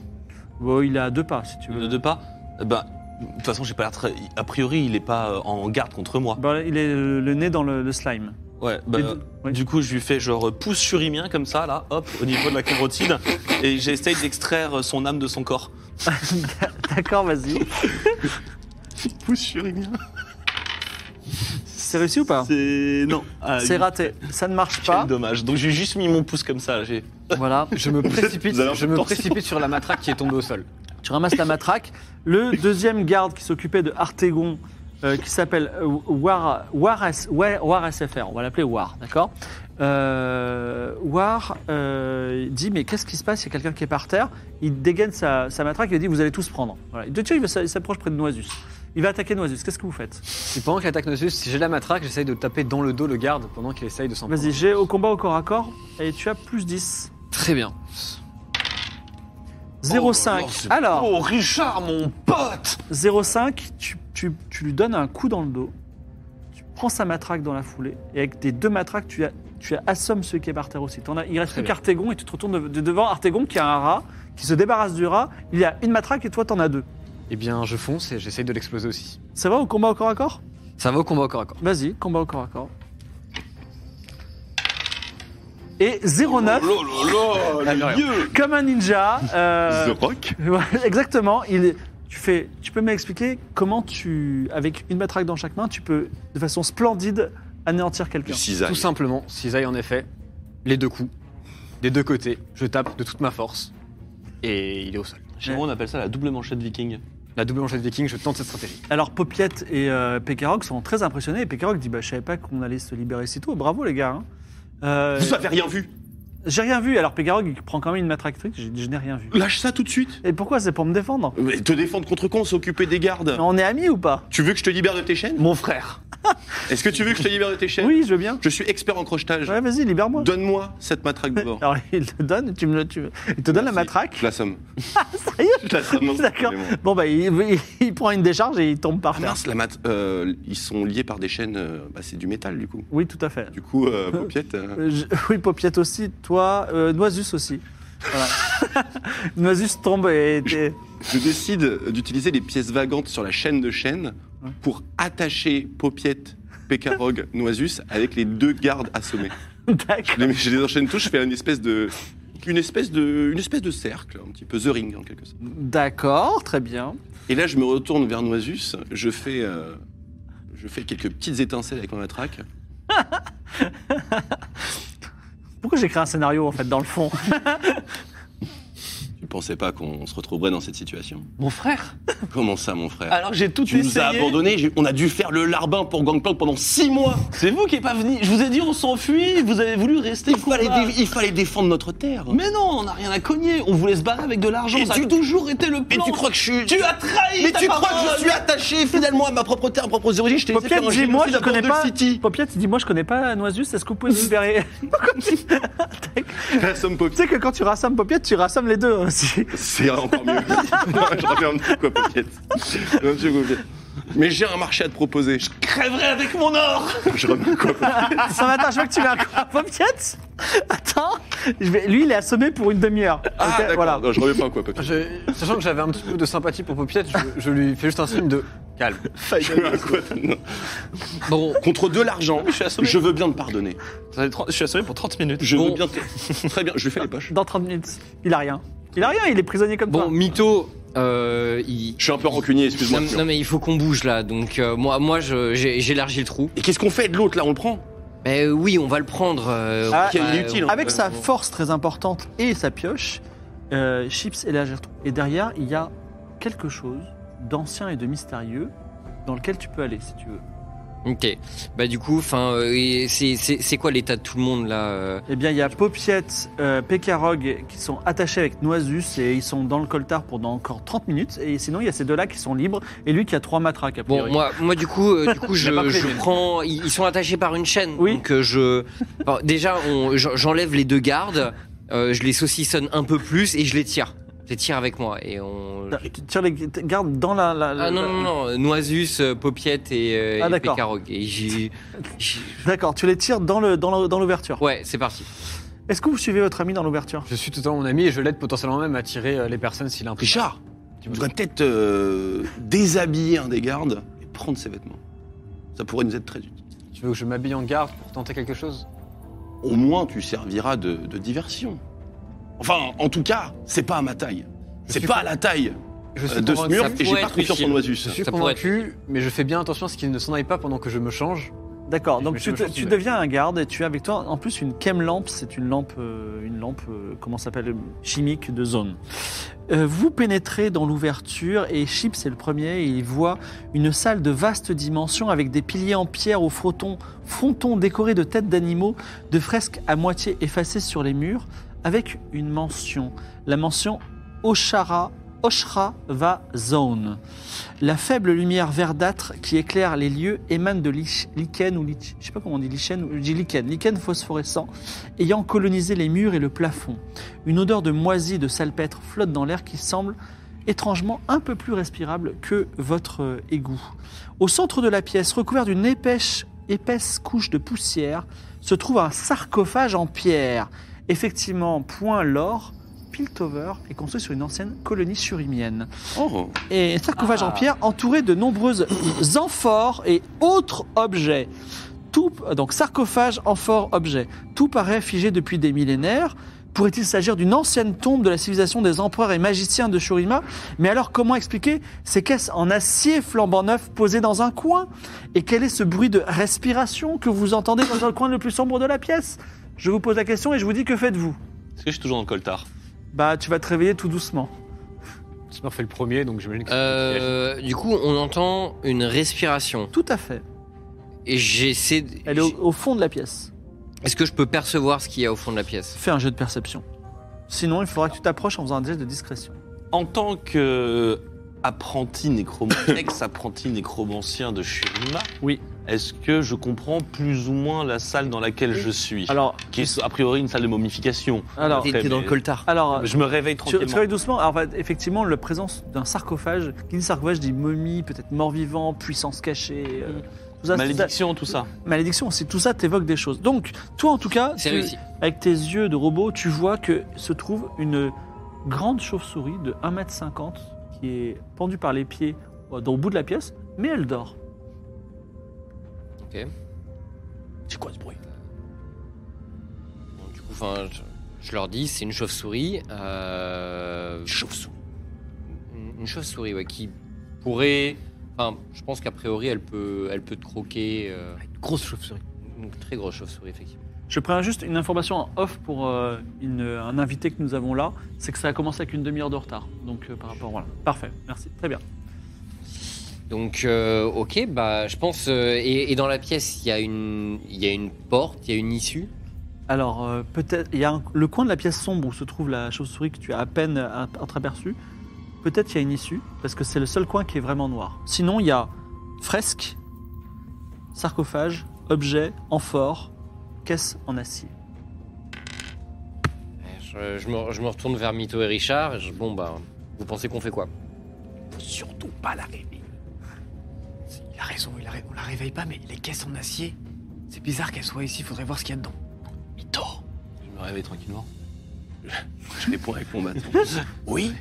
Bon, il a deux pas, si tu
De
veux.
deux pas Eh Ben, de toute façon, j'ai pas l'air très. A priori, il est pas euh, en garde contre moi.
Bon, il est le le nez dans le, le slime.
Ouais, bah,
Les deux- oui.
du coup, je lui fais genre pouce surimien comme ça, là, hop, au niveau de la carotide, et j'essaye d'extraire son âme de son corps.
D'accord, vas-y.
[laughs] Pouce surimien
C'est réussi ou pas
C'est. Non. Ah,
C'est
oui.
raté. Ça ne marche
Quel
pas.
dommage. Donc j'ai juste mis mon pouce comme ça. J'ai.
Voilà, je me précipite,
vous avez un
je
peu de
me
tension.
précipite sur la matraque qui est tombée au sol.
Tu ramasses la matraque. Le deuxième garde qui s'occupait de Artégon, euh, qui s'appelle euh, War, War, War- War SFR, on va l'appeler War, d'accord Euh, War euh, il dit Mais qu'est-ce qui se passe Il y a quelqu'un qui est par terre. Il dégaine sa, sa matraque, il dit Vous allez tous prendre. Voilà. De il va s'a- il s'approche près de Noisus. Il va attaquer Noisus. Qu'est-ce que vous faites
Et pendant qu'il attaque Nosus, si j'ai la matraque, j'essaye de taper dans le dos le garde pendant qu'il essaye de s'en prendre.
Vas-y, j'ai au combat au corps à corps et tu as plus 10.
Très bien.
0,5. Alors,
Oh, Richard, mon pote
0,5, tu, tu- tu lui donnes un coup dans le dos, tu prends sa matraque dans la foulée, et avec tes deux matraques, tu, as- tu as- assommes celui qui est par terre aussi. T'en as, il reste
Très
plus qu'Artégon, et tu te retournes de- de devant Artégon qui a un rat, qui se débarrasse du rat, il y a une matraque et toi t'en as deux.
Eh bien, je fonce et j'essaye de l'exploser aussi.
Ça va au combat au corps à corps
Ça va au combat au corps à corps.
Vas-y, combat au corps à corps. Et 09,
Oh là là, le vieux
comme un ninja. euh,
The Rock
[laughs] Ouais, Exactement. Il, tu fais. Tu peux m'expliquer comment tu, avec une matraque dans chaque main, tu peux de façon splendide anéantir quelqu'un.
Cisaille.
Tout simplement, cisaille en effet, les deux coups, des deux côtés, je tape de toute ma force et il est au sol.
Chez moi, on appelle ça la double manchette viking.
La double manchette viking, je tente cette stratégie.
Alors Popiette et euh, Pekarok sont très impressionnés. Et Pekarok dit bah je savais pas qu'on allait se libérer si tôt. Bravo les gars. hein. Euh,
Vous avez rien vu
j'ai rien vu. Alors Pekarok il prend quand même une matraque truc. Je, je n'ai rien vu.
Lâche ça tout de suite
Et pourquoi c'est pour me défendre
Mais Te défendre contre con, s'occuper des gardes
Mais On est amis ou pas
Tu veux que je te libère de tes chaînes
Mon frère
Est-ce que tu veux que je te libère de tes chaînes
Oui, je veux bien.
Je suis expert en crochetage.
Ouais, vas-y, libère-moi.
Donne-moi cette matraque de bord.
Alors il te donne, tu me le- tu- il te donne la matraque. Ah,
Je
[laughs]
la somme.
Sérieux
Je la somme.
D'accord.
Vraiment.
Bon bah il, il- il prend une décharge et il tombe par
Ah
terre.
mince, la mat euh, ils sont liés par des chaînes, euh, bah, c'est du métal du coup.
Oui, tout à fait.
Du
[laughs]
coup, euh, paupiette, euh,
Euh, je- oui, Popiette aussi, toi, euh, Noisus aussi. Voilà. [laughs] Noisus tombe et t'es-
je décide d'utiliser les pièces vagantes sur la chaîne de chaîne pour attacher Popiette,
[laughs]
Pécarog, Noisus avec les deux gardes assommés.
D'accord.
Je les, je les enchaîne tous, je fais une espèce de... Une espèce, de, une espèce de cercle, un petit peu The Ring en quelque sorte.
D'accord, très bien.
Et là, je me retourne vers Noisus, je fais, euh, je fais quelques petites étincelles avec ma matraque.
Pourquoi j'ai créé un scénario en fait dans le fond
Je ne pensais pas qu'on se retrouverait dans cette situation.
Mon frère
[laughs] Comment ça, mon frère
Alors que j'ai tout
Tu nous as
essayé.
abandonnés, j'ai- on a dû faire le larbin pour Gangplank pendant six mois.
C'est vous qui n'êtes pas venu. Je vous ai dit, on s'enfuit. Vous avez voulu rester.
Il fallait,
combat.
dé- il fallait défendre notre terre.
Mais non, on n'a rien à cogner. On voulait se barrer avec de l'argent.
Et
Ça
tu-
a toujours été le
Mais
plan.
tu crois que je suis.
Tu as trahi
Mais
ta
tu crois
parole.
que je suis attaché finalement à ma propre terre, à mes propres origines Je t'ai laissé
Popiette,
faire un
dis moi, je
génocide à
connais
Bordeaux
pas.
City.
Popiette, dis moi, je connais pas Noisus, est-ce que vous pouvez me libérer [laughs]
La somme
Tu
Popiette,
sais que quand tu rassembles Popiette, tu rassembles les deux aussi.
c'est encore [laughs] mieux. je refais un petit coup à Popiette. Un petit coup à Popiette. Mais j'ai un marché à te proposer. Je
crèverai avec mon or.
je remets un coup à Popiette.
Ça m'attend, je vois que tu mets un coup à Popiette. Attends, je vais- lui, il est assommé pour une demi-heure.
Ah,
Ok,
d'accord.
voilà.
Non, je remets pas un coup à Popiette.
Je- sachant que j'avais un petit peu de sympathie pour Popiette, je, je lui fais juste un signe de calme.
Je remets [laughs] un coup à- non.
Bon,
Contre de l'argent, je veux bien te pardonner.
Je suis assommé pour 30 minutes.
Je veux
Bon.
bien te- Très bien, je lui fais les poches.
Dans 30 minutes, il a rien. Il a rien, il est prisonnier comme
Bon,
toi.
Mito, euh, il...
Je suis un peu rancunier, excuse-moi.
Non, non, mais il faut qu'on bouge là, donc euh, moi, moi je- j'ai- j'élargis le trou.
Et qu'est-ce qu'on fait de l'autre là On le prend
Mais euh, oui, on va le prendre. euh,
Ah,
on va-
il est utile, hein.
Avec sa force très importante et sa pioche, euh, Chips élargit le trou. Et derrière, il y a quelque chose d'ancien et de mystérieux dans lequel tu peux aller si tu veux.
Ok. Bah du coup, enfin, euh, et c'est- c'est c'est quoi l'état de tout le monde là euh
Eh bien, il y a Popiette, euh, Pécarog qui sont attachés avec Noisus et ils sont dans le coltard pendant encore 30 minutes. Et sinon, il y a ces deux-là qui sont libres et lui qui a trois matraques à
Bon, moi, moi du coup, euh, du coup, je,
[laughs] Il a pas pris,
je
mais-
prends. Ils ils sont attachés par une chaîne.
Oui.
Donc euh, je. Alors, déjà, on- j'en- j'enlève les deux gardes. euh, je les saucissonne un peu plus et je les tire. Je les tire avec moi et on.
Tu tires les gardes dans la. la- la-
Ah non non non, euh, Noisus, euh, Popiette et, euh,
Ah,
et
d'accord.
Pécarogue. Et j'y- j'y-
D'accord, tu les tires dans le dans le- dans l'ouverture.
Ouais, c'est parti.
Est-ce que vous suivez votre ami dans l'ouverture
je suis totalement mon ami et je l'aide potentiellement même à tirer euh, les personnes s'il a un prix.
Richard, tu devrais peut-être euh, déshabiller un des gardes et prendre ses vêtements. Ça pourrait nous être très utile.
Tu veux que je m'habille en garde pour tenter quelque chose
Au moins, tu serviras de, de diversion. Enfin, en tout cas, c'est pas à ma taille. C'est
suis
pas à la taille
Je
euh, de ce
convaincu-
mur
ça
et j'ai
pourrait
pas
être
confiance en
utile.
Je
Noisus.
suis
Ça pourrait
convaincu, mais je fais bien attention à ce qu'il ne s'en aille pas pendant que je me change.
D'accord,
Je
donc
me
tu,
suis
te-
au chaud,
tu
ouais.
deviens un garde et tu as avec toi en plus une chem lampe, c'est une lampe, euh, une lampe, euh, comment ça s'appelle, chimique de zone. Euh, vous pénétrez dans l'ouverture et Chips c'est le premier et il voit une salle de vaste dimension avec des piliers en pierre au fronton, fronton décoré de têtes d'animaux, de fresques à moitié effacées sur les murs, avec une mention, la mention Oshara, Oshra va zone. La faible lumière verdâtre qui éclaire les lieux émane de lich- lichen ou lich, je sais pas comment on dit lichen, ou- je dis lichen, lichen phosphorescent, ayant colonisé les murs et le plafond. Une odeur de moisie de salpêtre flotte dans l'air qui semble étrangement un peu plus respirable que votre euh, égout. Au centre de la pièce, recouvert d'une épaisse, épaisse couche de poussière, se trouve un sarcophage en pierre. Effectivement, point l'or, Piltover est construit sur une ancienne colonie surimienne
Oh,
et un sarcophage
Ah.
en pierre entouré de nombreuses amphores et autres objets. Tout, donc sarcophage, amphores, objets. Tout paraît figé depuis des millénaires. Pourrait-il s'agir d'une ancienne tombe de la civilisation des empereurs et magiciens de Shurima Mais alors comment expliquer ces caisses en acier flambant neuf posées dans un coin Et quel est ce bruit de respiration que vous entendez dans le coin le plus sombre de la pièce Je vous pose la question et je vous dis que faites-vous
Est-ce que je suis toujours dans le coltard
Bah tu vas te réveiller tout doucement.
Smurf fait le premier, donc j'imagine que c'est un piège.
Euh, du coup, on entend une respiration.
Tout à fait.
Et j'essaie.
Elle est au- au fond de la pièce.
Est-ce que je peux percevoir ce qu'il y a au fond de la pièce
Fais un jeu de perception. Sinon, il faudra que tu t'approches en faisant un jet de discrétion.
En tant que apprenti nécromancien, [coughs] ex-apprenti nécromancien de Shurima,
Oui.
est-ce que je comprends plus ou moins la salle dans laquelle je suis
Alors,
Qui est a priori une salle de momification.
alors,
Après,
T'es t'es dans le
mais-
coltard.
alors,
Je me réveille
Ah. tu, tu
tranquillement.
réveilles doucement. Alors, bah, effectivement, la présence d'un sarcophage, qui dit sarcophage dit momie, peut-être mort-vivant, puissance cachée, euh, tout ça, tout ça-
Mm. Malédiction, tout ça.
malédiction, c'est tout ça t'évoque des choses. Donc, toi en tout cas,
C'est
tu-
réussi.
avec tes yeux de robot, tu vois que se trouve une grande chauve-souris de 1m50 qui est pendue par les pieds euh, dans le bout de la pièce, mais elle dort.
C'est quoi ce bruit
Bon, du coup, enfin, je, je leur dis, c'est une chauve-souris. euh,
chauve-souris.
une une chauve-souris, ouais, qui pourrait. Enfin, je pense qu'a priori, elle peut, elle peut te croquer. euh,
Une grosse chauve-souris.
une très grosse chauve-souris, effectivement.
Je prends juste une information en off pour euh, une- un invité que nous avons là, c'est que ça a commencé avec une demi-heure de retard. Donc euh, par rapport, voilà. Parfait, merci, très bien.
Donc, euh, ok, bah, je pense. euh, et, et dans la pièce, il y a une, il y a une porte, il y a une issue.
Alors euh, peut-être, il y a un- le coin de la pièce sombre où se trouve la chauve-souris que tu as à peine euh, entreaperçue. Peut-être il y a une issue, parce que c'est le seul coin qui est vraiment noir. Sinon, il y a fresque, sarcophage, objet, amphore, caisse en acier.
Ouais, Je, je me, je me retourne vers Mito et Richard. et je- bon, bah, vous pensez qu'on fait quoi
Faut surtout pas la réveiller. Il a raison, il a raison. On la réveille pas, mais les caisses en acier, c'est bizarre qu'elles soient ici. Faudrait voir ce qu'il y a dedans. Mito.
Je me réveille tranquillement.
Je les points avec mon bâton.
[laughs]
Oui.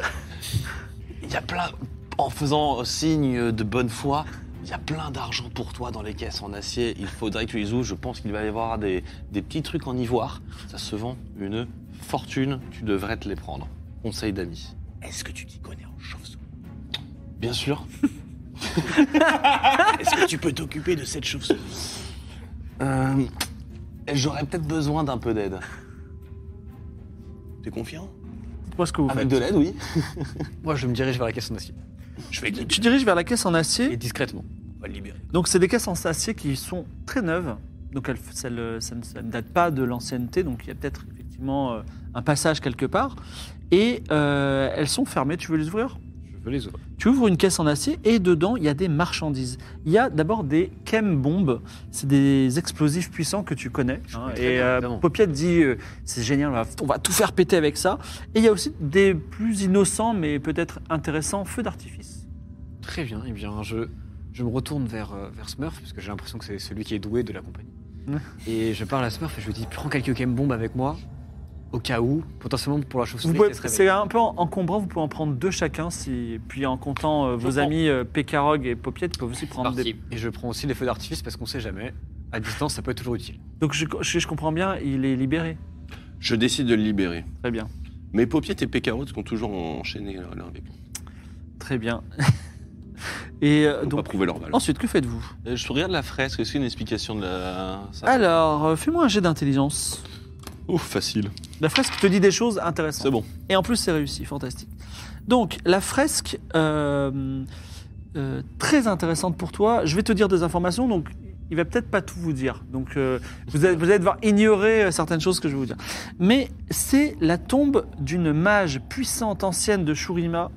Il y a plein. En faisant signe de bonne foi, il y a plein d'argent pour toi dans les caisses en acier. Il faudrait que tu les ouvres. Je pense qu'il va y avoir des, des petits trucs en ivoire. Ça se vend une fortune. Tu devrais te les prendre. Conseil d'amis.
Est-ce que tu t'y connais en chauve-souris
Bien sûr.
[laughs] Est-ce que tu peux t'occuper de cette chauve-souris
Euh, J'aurais peut-être besoin d'un peu d'aide.
T'es confiant
Dites-moi ce que vous
Avec
faites.
de l'aide, oui.
Moi, je me dirige vers la caisse en acier.
Je vais
Tu diriges vers la caisse en acier.
Et discrètement.
on
Bah,
va le libérer.
Donc c'est des caisses en acier qui sont très neuves. Donc elles- celles- ça, ne, ça ne date pas de l'ancienneté, donc il y a peut-être effectivement euh, un passage quelque part. Et euh, elles sont fermées, tu veux les ouvrir
Je veux les ouvrir.
tu ouvres une caisse en acier et dedans, il y a des marchandises. Il y a d'abord des chem bombes, c'est des explosifs puissants que tu connais. hein.
connais très
et
bien,
euh,
évidemment.
Popiette dit euh, c'est génial, on va, on va tout faire péter avec ça. Et il y a aussi des plus innocents mais peut-être intéressants feux d'artifice.
Très bien, eh bien, je, je me retourne vers, euh, vers Smurf, parce que j'ai l'impression que c'est celui qui est doué de la compagnie.
[laughs] Ouais.
et je parle à Smurf et je lui dis prends quelques game bombes avec moi, au cas où, potentiellement pour la
Vous
chauve-souris.
pouvez-
qui se
C'est
réveille.
un peu en- encombrant, vous pouvez en prendre deux chacun, si, puis en comptant euh, vos
prends.
amis euh, Pécarog et Popiette, peuvent aussi prendre des...
Parti.
Et je prends aussi les feux d'artifice parce qu'on sait jamais. À distance, ça peut être toujours utile.
Donc je, je- je comprends bien, il est libéré.
Je décide de le libérer.
Très bien,
Mes euh, paupières et Pécarotes sont toujours enchaînés l'un avec l'autre.
très bien. [laughs] Et euh,
Ils n'ont pas
donc,
prouvé leur valeur.
ensuite, que faites-vous
Euh, Je regarde la fresque, est-ce qu'il y a une explication de la. ça
Alors, euh, fais-moi un jet d'intelligence.
Ouf, facile.
La fresque te dit des choses intéressantes.
C'est bon.
Et en plus, c'est réussi, fantastique. Donc, la fresque, euh, euh, très intéressante pour toi. Je vais te dire des informations, donc il va peut-être pas tout vous dire. Donc, euh, vous, allez, vous allez devoir ignorer euh, certaines choses que je vais vous dire. Mais c'est la tombe d'une mage puissante ancienne de Shurima.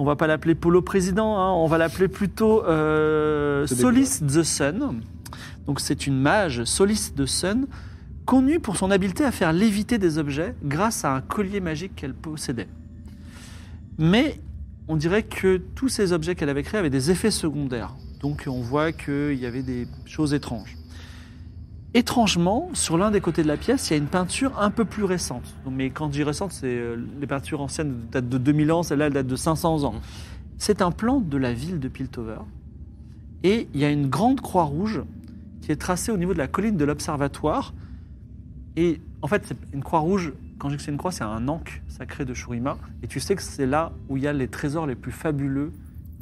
On va pas l'appeler Polo Président, hein, on va l'appeler plutôt euh, Solis the Sun. Donc, c'est une mage, Solis the Sun, connue pour son habileté à faire léviter des objets grâce à un collier magique qu'elle possédait. Mais on dirait que tous ces objets qu'elle avait créés avaient des effets secondaires. Donc on voit qu'il y avait des choses étranges. Étrangement, sur l'un des côtés de la pièce, il y a une peinture un peu plus récente. Mais quand je dis récente, c'est euh, les peintures anciennes datent de 2000 ans, celle-là elle date de 500 ans. C'est un plan de la ville de Piltover. Et il y a une grande croix rouge qui est tracée au niveau de la colline de l'observatoire. Et en fait, c'est une croix rouge, quand je dis que c'est une croix, c'est un ankh sacré de Shurima. Et tu sais que c'est là où il y a les trésors les plus fabuleux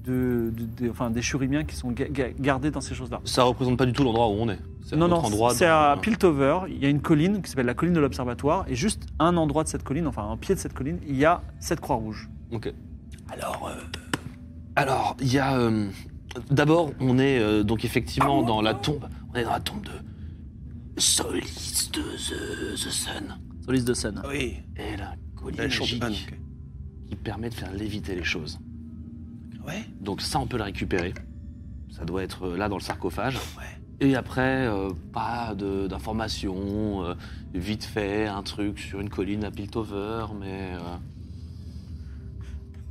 de, de- des- enfin, des Shurimiens qui sont ga- ga- gardés dans ces choses-là.
Ça représente pas du tout l'endroit où on est. C'est un
Non,
autre
non,
endroit
c'est
dans-
à Piltover, il y a une colline qui s'appelle la colline de l'Observatoire, et juste un endroit de cette colline, enfin un pied de cette colline, il y a cette croix rouge.
Ok. Alors, euh, alors il y a. euh, D'abord, on est euh, donc effectivement dans la tombe. On est dans la tombe de Solis de the, the Sun.
Solis de Seine.
Oui,
Et la colline
la chambre-
magique
ah, ok.
qui permet de faire léviter les choses.
Ouais.
Donc ça, on peut la récupérer. Ça doit être euh, là dans le sarcophage. Et après, euh, pas de- d'informations. euh, vite fait, un truc sur une colline à Piltover, mais. euh,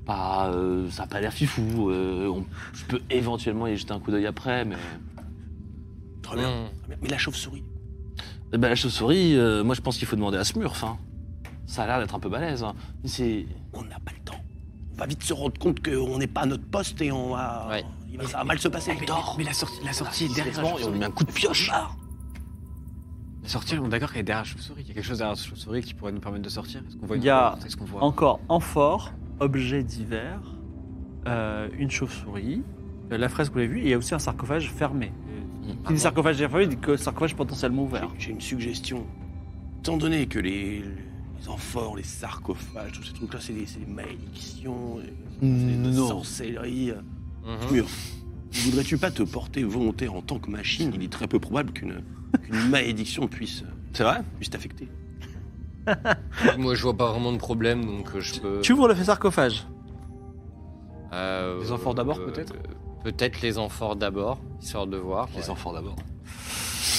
pas, euh, ça n'a pas l'air fifou. euh, on- je peux éventuellement y jeter un coup d'œil après, mais. euh,
Très bien. très bien. Mais la chauve-souris.
Eh ben, la chauve-souris, euh, moi je pense qu'il faut demander à Smurf. Hein. Ça a l'air d'être un peu balèze. hein. C'est.
On n'a pas le temps. On va vite se rendre compte qu'on n'est pas à notre poste et on va.
Ouais.
il va- ça va mal se passer.
Mais, mais la sortie, la
Ah,
sortie est derrière. la
Sérieusement, et on
chauve-souris.
lui met un coup de pioche.
La sortie, on est d'accord qu'elle est derrière la chauve-souris. Il y a quelque chose derrière la chauve-souris qui pourrait nous permettre de sortir. Est-ce qu'on voit une
Il y a-
porte Est-ce qu'on voit
Encore amphore, objets divers, euh, une chauve-souris, euh, la fresque vous l'avez vue, et il y a aussi un sarcophage fermé. Qui dit sarcophage fermé dit que sarcophage potentiellement ouvert.
J'ai- J'ai une suggestion. Étant donné que les, les amphores, les sarcophages, tous ces trucs-là, c'est des, c'est des malédictions, et- c'est des
Mmh, Non.
sorcelleries.
Mhm.
Mur, ne voudrais-tu pas te porter volontaire en tant que machine Il est très peu probable qu'une qu'une malédiction puisse, euh,
C'est vrai
puisse t'affecter.
Moi, je vois pas vraiment de problème, donc euh, je peux.
Tu ouvres le sarcophage.
Euh,
Les amphores d'abord,
euh,
peut-être
euh, Peut-être les amphores d'abord, histoire de voir.
Les enfants d'abord.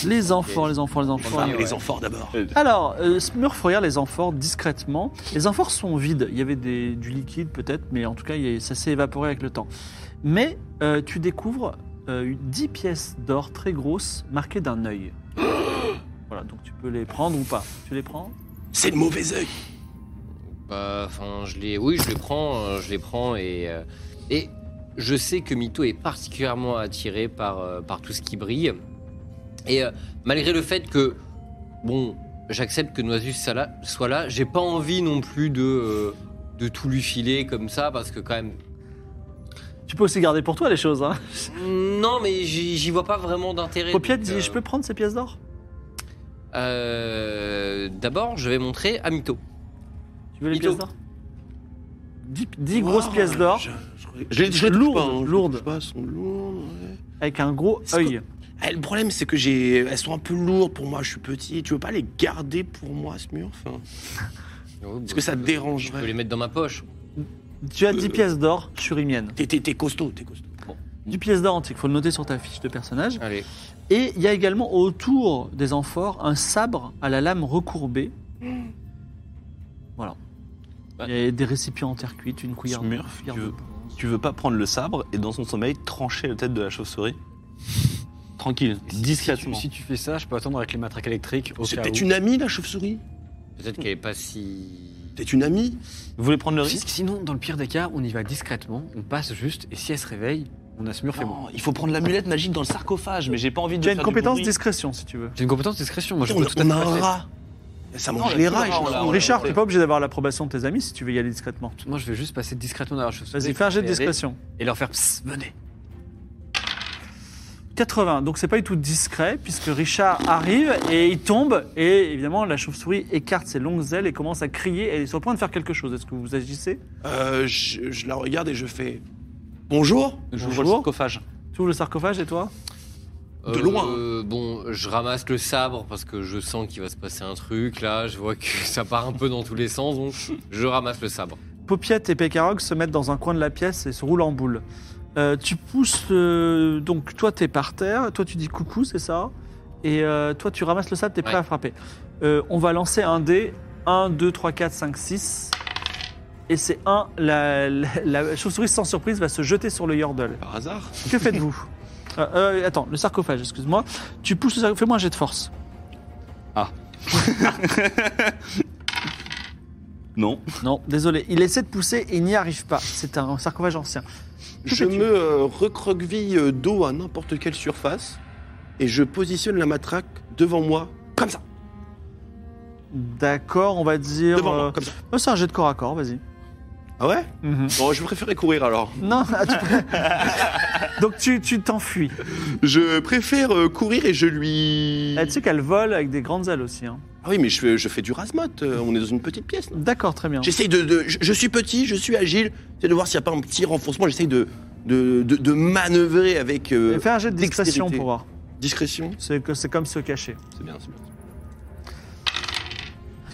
Les enfants, les enfants, les enfants.
Ah, ouais.
Les amphores d'abord.
Alors, euh, Smurf regarde les amphores discrètement. Les amphores sont vides. Il y avait des- du liquide peut-être, mais en tout cas, il y a- ça s'est évaporé avec le temps. Mais euh, tu découvres euh, une- 10 pièces d'or très grosses marquées d'un œil. voilà, donc tu peux les prendre ou pas. Tu les prends
C'est le mauvais œil.
Bah, enfin, je les, oui, je les prends, euh, je les prends et euh, et je sais que Mito est particulièrement attiré par euh, par tout ce qui brille. Et euh, malgré le fait que bon, j'accepte que Noisus soit là, soit là, j'ai pas envie non plus de euh, de tout lui filer comme ça parce que quand même.
Tu peux aussi garder pour toi les choses. Hein.
Non, mais j'y j'y vois pas vraiment d'intérêt.
Popiette
donc,
dit
euh,
Je peux prendre ces pièces d'or
euh, D'abord, je vais montrer à Mito.
Tu veux les
Mito.
pièces d'or 10, grosses pièces d'or
Ah, Je,
Je les- je les touche Lourdes, pas, hein, je les lourdes. touche avec un gros
C'est
œil.
Eh, le problème, c'est que j'ai. Elles sont un peu lourdes pour moi, je suis petit. Tu veux pas les garder pour moi, ce mur Enfin, Est-ce que ça te
Je peux
dérangerait
les mettre dans ma poche.
Tu as 10 pièces d'or shurimiennes.
T'es- T'es t'es costaud, t'es costaud.
10 pièces d'or antiques, faut le noter sur ta fiche de personnage.
Allez.
Et il y a également autour des amphores un sabre à la lame recourbée. Voilà.
Bah.
Il y a des récipients en terre cuite, une cuillère.
Smurf,
cuillère
tu
de
veux-
bronze.
Tu veux pas prendre le sabre et dans son sommeil trancher la tête de la chauve-souris Tranquille,
Si- si
discrètement.
tu- Si, tu fais ça, je peux attendre avec les matraques électriques au
C'est
cas
peut-être
où.
une amie, la chauve-souris
Peut-être qu'elle est pas si.
Peut-être une amie
Vous voulez prendre le
Si-
risque
Sinon, dans le pire des cas, on y va discrètement, on passe juste, et si elle se réveille, on a Smurf et moi.
Non, il faut prendre l'amulette magique dans le sarcophage, mais j'ai pas envie de.
Tu as une
faire du
compétence
bruit. Bah,
discrétion si tu veux.
J'ai une compétence discrétion, moi je
On,
peux
a-
tout à
on
fait
a
la
un
faire.
rat. Ça
Non,
mange
la
les
petite
rats,
rat, on l'a- on
je
l'a-
Richard,
on
t'es
l'a-
pas obligé d'avoir l'approbation de tes amis si tu veux y aller discrètement.
Moi je vais juste passer discrètement derrière la chauve-souris.
Vas-y, fais un jet de
Et aller-
discrétion.
Et leur faire psst, venez.
80, donc c'est pas du tout discret, puisque Richard arrive et il tombe, et évidemment la chauve-souris écarte ses longues ailes et commence à crier, elle est sur le point de faire quelque chose. Est-ce que vous agissez
Euh, je, je la regarde et je fais bonjour.
J'ouvre le
Bonjour.
sarcophage.
Tu ouvres le sarcophage et toi
De loin.
Euh, bon, je ramasse le sabre parce que je sens qu'il va se passer un truc là. Je vois que ça part un peu dans tous les sens, donc je ramasse le sabre.
Popiette et Pécarog se mettent dans un coin de la pièce et se roulent en boule. Euh, tu pousses, euh, donc toi t'es par terre, toi tu dis coucou, c'est ça Et euh, toi tu ramasses le sable, t'es prêt
Ouais.
à frapper. Euh, on va lancer un dé, 1, 2, 3, 4, 5, 6. Et c'est 1, la, la- la chauve-souris sans surprise va se jeter sur le yordle.
Par hasard.
Que
[laughs]
faites-vous Euh, euh, Attends, le sarcophage, excuse-moi. Tu pousses le sarcophage, fais-moi un jet de force.
Non.
Non, désolé, il essaie de pousser et il n'y arrive pas. C'est un sarcophage ancien.
[laughs] Je
fais-tu
me euh, recroqueville euh, dos à n'importe quelle surface et je positionne la matraque devant moi, comme ça.
D'accord, on va dire.
Devant
euh,
moi, comme ça.
Oh, c'est un jet de corps à corps, vas-y.
Ah ouais
Mhm.
Bon, je préférais courir alors.
Non, ah, tu peux- [laughs] Donc tu tu t'enfuis.
Je préfère euh, courir et je lui.
Ah, tu sais qu'elle vole avec des grandes ailes aussi. hein.
Ah oui, mais je, fais- je fais du rasmat. euh, On est dans une petite pièce. non
D'accord, très bien.
J'essaye de, de- je, je suis petit, je suis agile. J'essaie de voir s'il n'y a pas un petit renforcement. J'essaye de, de, de- de manœuvrer avec euh,
Fais un jet de
dextérité.
discrétion pour voir.
discrétion.
C'est que- c'est comme se cacher.
C'est bien, c'est bien.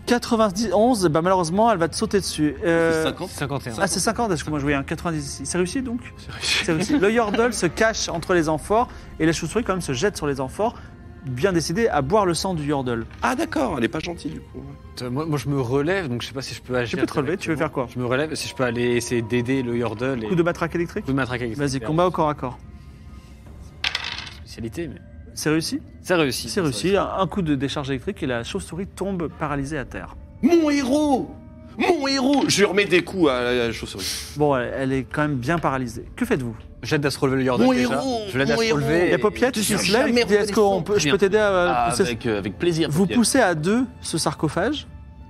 91, bah malheureusement, elle va te sauter dessus. Euh,
51.
Ah, c'est 50, est-ce que moi je voyais un 90 C'est réussi donc C'est [laughs] réussi. Le Yordle se cache entre les amphores et la chauve-souris quand même se jette sur les amphores, bien décidée à boire le sang du Yordle.
Ah d'accord, elle est pas gentille du coup.
Euh, Moi, moi, je me relève, donc je sais pas si je peux agir.
peux te relever, tu veux faire
directement.
quoi
Je me relève, si je peux aller essayer d'aider le Yordle et
Coup de matraque électrique
coup de matraque avec
Vas-y,
cette
combat au corps à corps.
spécialité, mais
C'est réussi
c'est réussi.
C'est réussi, un un coup de décharge électrique et la chauve-souris tombe paralysée à terre.
Mon héros Mon héros Je lui remets des coups à la, chauve souris
Bon, elle, elle est quand même bien paralysée. Que faites-vous
J'aide à se relever le Yordle
Mon
déjà.
héros,
je l'aide à
mon
se
héros.
relever.
Il y a Popiette qui se lève et qui dit Est-ce qu'on peut, je peux t'aider
Ah,
à. euh, pousser ce-
euh,
avec plaisir.
Vous
Pierre.
poussez à deux ce sarcophage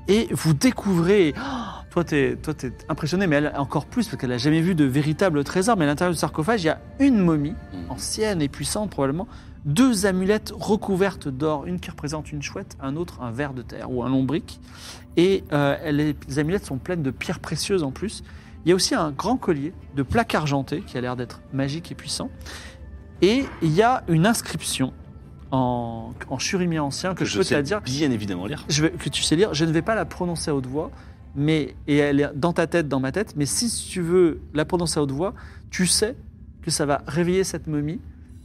et vous découvrez. Ah, Toi, t'es toi, t'es impressionné, mais elle encore plus parce qu'elle a jamais vu de véritable trésor. Mais à l'intérieur du sarcophage, il y a une momie, ancienne et puissante probablement, deux amulettes recouvertes d'or, une qui représente une chouette, un autre un ver de terre ou un lombric. Et euh, les amulettes sont pleines de pierres précieuses en plus. Il y a aussi un grand collier de plaques argentées qui a l'air d'être magique et puissant. Et il y a une inscription en, en churimien ancien que je, peux te la
sais
dire
Bien évidemment lire.
je vais- que tu sais lire, je ne vais pas la prononcer à haute voix, mais et elle est dans ta tête, dans ma tête. Mais si tu veux la prononcer à haute voix, tu sais que ça va réveiller cette momie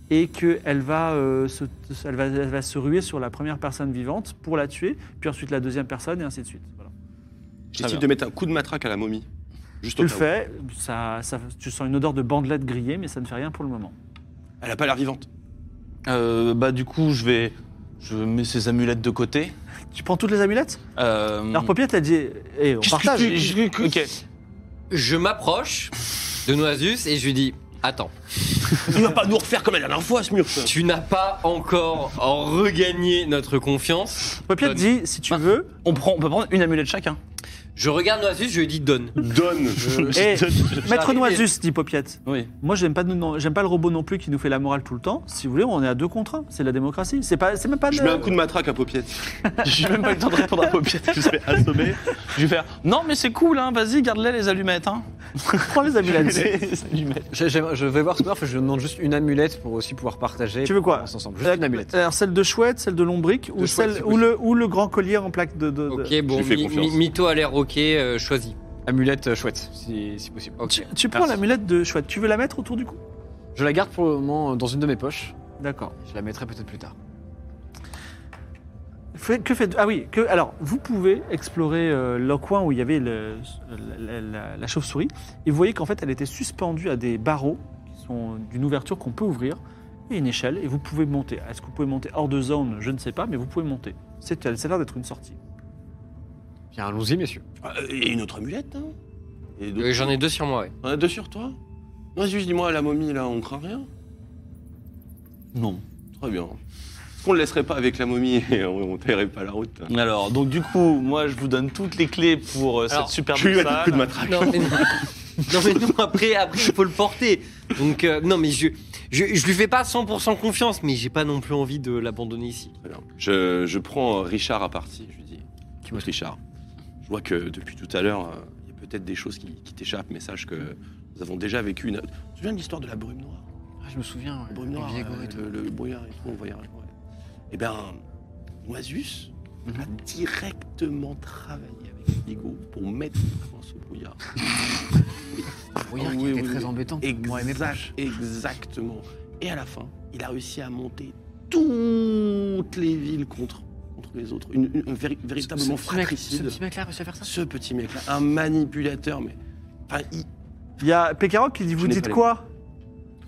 et qu'elle va, euh, se- elle va, elle va se ruer sur la première personne vivante pour la tuer, puis ensuite la deuxième personne et ainsi de suite. Voilà.
J'essaie de mettre un coup de matraque à la momie. Juste
Tu
au
le
cas où.
fais, ça, ça- tu sens une odeur de bandelette grillée, mais ça ne fait rien pour le moment.
Elle a pas l'air vivante.
Euh, bah du coup je vais, je mets ces amulettes de côté.
Tu prends toutes les amulettes
Euh,
Alors Popiette a dit, et on
qu'est-ce que
partage.
tu- j'ai- ok.
Je m'approche de Noisus et je lui dis Attends,
Il va pas nous refaire comme la dernière fois ce mur.
tu n'as pas encore en regagné notre confiance.
Popiette dit, si tu veux,
On prend, on peut prendre une amulette [laughs] chacun.
Je regarde Noisus, je lui dis Donne.
[laughs]
Donne.
et eh, [laughs] Maître
arrivé.
Noisus, dit Popiette.
Oui.
Moi, j'aime pas, non- j'aime pas le robot non plus qui nous fait la morale tout le temps. Si vous voulez, on est à deux contre un. C'est la démocratie. C'est pas, c'est même pas.
Je
le-
mets un coup de matraque à Popiette.
J'ai même pas eu le temps de répondre à Popiette, je vais assommer. Je vais faire Non, mais c'est cool, hein, vas-y, garde-les les allumettes. Hein.
[laughs] Prends les amulettes.
Les allumettes.
J'ai- j'ai- je vais voir Smurf et je lui demande juste une amulette pour aussi pouvoir partager.
Tu veux quoi
On avance ensemble. Juste une amulette.
Alors celle de chouette, celle de lombric ou
De chouette,
celle
c'est
ou le ou le grand collier en plaque de. de- de-
Ok, bon,
lui fais
mi-
confiance.
mi- Mito a l'air ok, euh, choisis.
Amulette euh, chouette, si, si possible.
Ok.
Tu prends
Merci.
l'amulette de chouette. Tu veux la mettre autour du cou
Je la garde pour le moment euh, dans une de mes poches.
D'accord.
Je la mettrai peut-être plus tard.
Fait- Que faites Ah oui. Que alors vous pouvez explorer euh, le coin où il y avait le- la, la- la- la chauve-souris et vous voyez qu'en fait elle était suspendue à des barreaux qui sont d'une ouverture qu'on peut ouvrir et une échelle et vous pouvez monter. Est-ce que vous pouvez monter hors de zone Je ne sais pas, mais vous pouvez monter. C'est elle- ça a l'air d'être une sortie.
Bien, allons-y, messieurs.
Ah, euh, Et une autre amulette. Hein Et d'autres-
Euh, J'en ai deux sur moi, ouais.
Y'en a deux sur toi Vas-y, juste dis-moi, la momie là, on craint rien
Non.
Très bien. Est-ce qu'on le laisserait pas avec la momie et on on taillerait pas la route hein
Alors, donc du coup, moi je vous donne toutes les clés pour euh,
Alors,
cette superbe
Je lui mets un coup de [laughs]
salle.
matraque.
Non mais, non, mais non, après, après, il faut le porter. Donc, euh, non, mais je, je, je lui fais pas 100% confiance, mais j'ai pas non plus envie de l'abandonner ici.
Très bien. Je, je prends euh, Richard à partie, je lui dis. Qui Richard Je vois que depuis tout à l'heure, euh, il y a peut-être des choses qui, qui t'échappent, mais sache que nous avons déjà vécu une. Tu te souviens de l'histoire de la brume noire
Ah, je me souviens.
La
euh,
brume noire,
les Viego
euh,
et tout.
le, le brouillard et tout, le voyage. Eh bien, Noisus a directement travaillé avec Diego pour mettre en ce brouillard.
Brouillard qui
Oui,
était
oui,
très
oui.
embêtant. Moi et mes proches.
Exact, exactement. Et à la fin, il a réussi à monter toutes les villes contre, contre les autres. Une, une- un véri- véritablement
Ce petit mec- Ce
fratricide.
petit mec-là a réussi à faire ça
Ce petit mec-là, un manipulateur, mais. Enfin, il-
Il y a Pécaroc qui dit Vous
n'ai
dites
pas les
quoi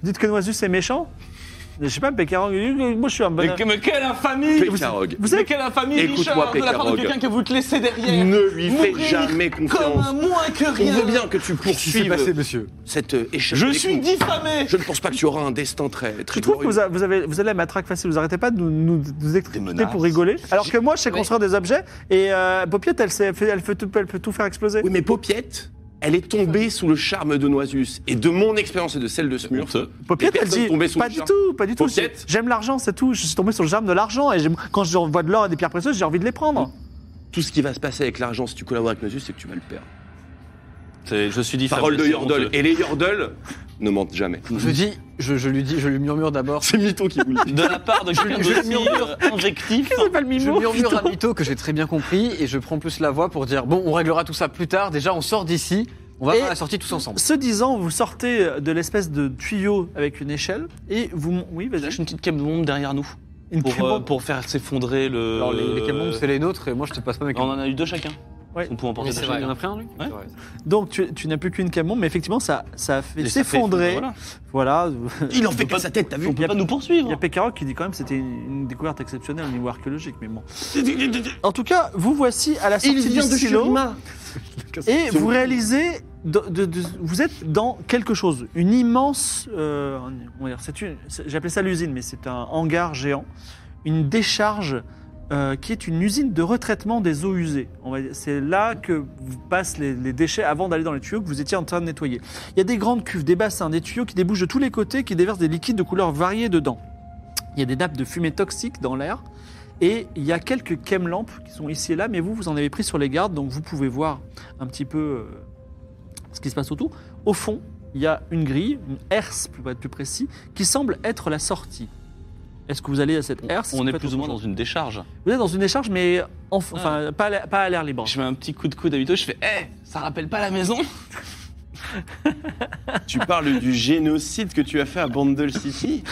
Vous dites que Noisus est méchant Je sais pas, Pécaroc, il dit, moi je suis un bon.
quelle infamie
Pécarogue.
Vous savez
quelle infamie,
Écoute-moi, Richard, de la part de Pécarogue. quelqu'un
que vous te laissez derrière
ne lui fais
Mourir
jamais confiance.
moins que
On veut bien que tu poursuives
monsieur
cette euh, échec.
Je
avec
suis
nous.
diffamé
Je ne pense pas que tu auras un destin très,
Je
très
trouve que vous,
glorieux.
a- vous avez, vous allez à matraque facile, vous arrêtez pas de nous, nous, nous expliquer
menaces.
pour rigoler. Alors que moi, je sais construire des objets et euh, Popiette, elle, sait- elle, fait, elle, fait tout, elle peut tout faire exploser.
Oui, mais Popiette, elle est tombée sous le charme de Noisus. Et de mon expérience et de celle de Smurf,
Popiette,
les
elle
personnes
dit
tombées sous
Pas
le
du
charme.
tout, pas du tout.
Popiette.
c'est- J'aime l'argent, c'est tout. Je suis tombé sur le germe de l'argent et j'aime- quand je vois de l'or et des pierres précieuses, j'ai envie de les prendre.
tout ce qui va se passer avec l'argent si tu collabores avec Noisus, c'est que tu vas le perdre.
Je suis diffamé.
Parole de
c'est
Yordle.
honteux.
Et les Yordle ne mentent jamais.
Je dis, je, je lui dis, je lui murmure
[laughs]
d'abord.
C'est Mito qui vous le [laughs] dit.
De la part de [laughs] quelqu'un d'aussi euh, [laughs] injectif.
pas le
Je murmure à Mito que j'ai très bien compris et je prends plus la voix pour dire bon, on réglera tout ça plus tard. Déjà, on sort d'ici. On va
Et-
faire la sortie tous ensemble.
Ce disant, vous sortez de l'espèce de tuyau avec une échelle et vous. mon- Oui, vas-y.
Lâche une petite bombe derrière nous
Une
pour, euh,
crème-
pour faire s'effondrer le.
Alors, les, les camions, c'est les nôtres et moi, je te passe pas mes
On
camions.
en a eu deux chacun.
Ouais.
On pouvait en porter
Mais c'est
deux
vrai.
chacun.
Il y en a pris un, lui
Ouais.
C'est vrai.
Donc tu, tu n'as plus qu'une camon, mais effectivement, ça, ça a fait
Et ça fait
s'effondrer.
effondrer,
Voilà.
Il en fait pas sa tête, t'as vu On
Il y
peut
a-
pas nous
Il y a
poursuivre.
Pécaroc qui dit quand même que c'était une, une découverte exceptionnelle au niveau archéologique, mais bon. En tout cas, vous voici à la sortie du silo et vous réalisez, de- de- de- vous êtes dans quelque chose, une immense, euh, on va dire, c'est une- c'est- j'appelais ça l'usine, mais c'est un hangar géant, une décharge euh, qui est une usine de retraitement des eaux usées. On va dire- C'est là que vous passent les, les déchets avant d'aller dans les tuyaux que vous étiez en train de nettoyer. Il y a des grandes cuves, des bassins, des tuyaux qui débouchent de tous les côtés, qui déversent des liquides de couleurs variées dedans. Il y a des nappes de fumée toxique dans l'air. Et il y a quelques chemlampes qui sont ici et là, mais vous, vous en avez pris sur les gardes, donc vous pouvez voir un petit peu euh, ce qui se passe autour. Au fond, il y a une grille, une herse, pour être plus précis, qui semble être la sortie. Est-ce que vous allez à cette herse
On
Ça
est
peut être
plus ou moins
autre
dans
chose.
une décharge.
Vous êtes dans une décharge, mais en- enfin, pas, à l'air- pas à l'air libre.
Je mets un petit coup de coude à Vito, je fais Eh, ça rappelle pas la [laughs] maison
Tu parles du génocide que tu as fait à Bandle City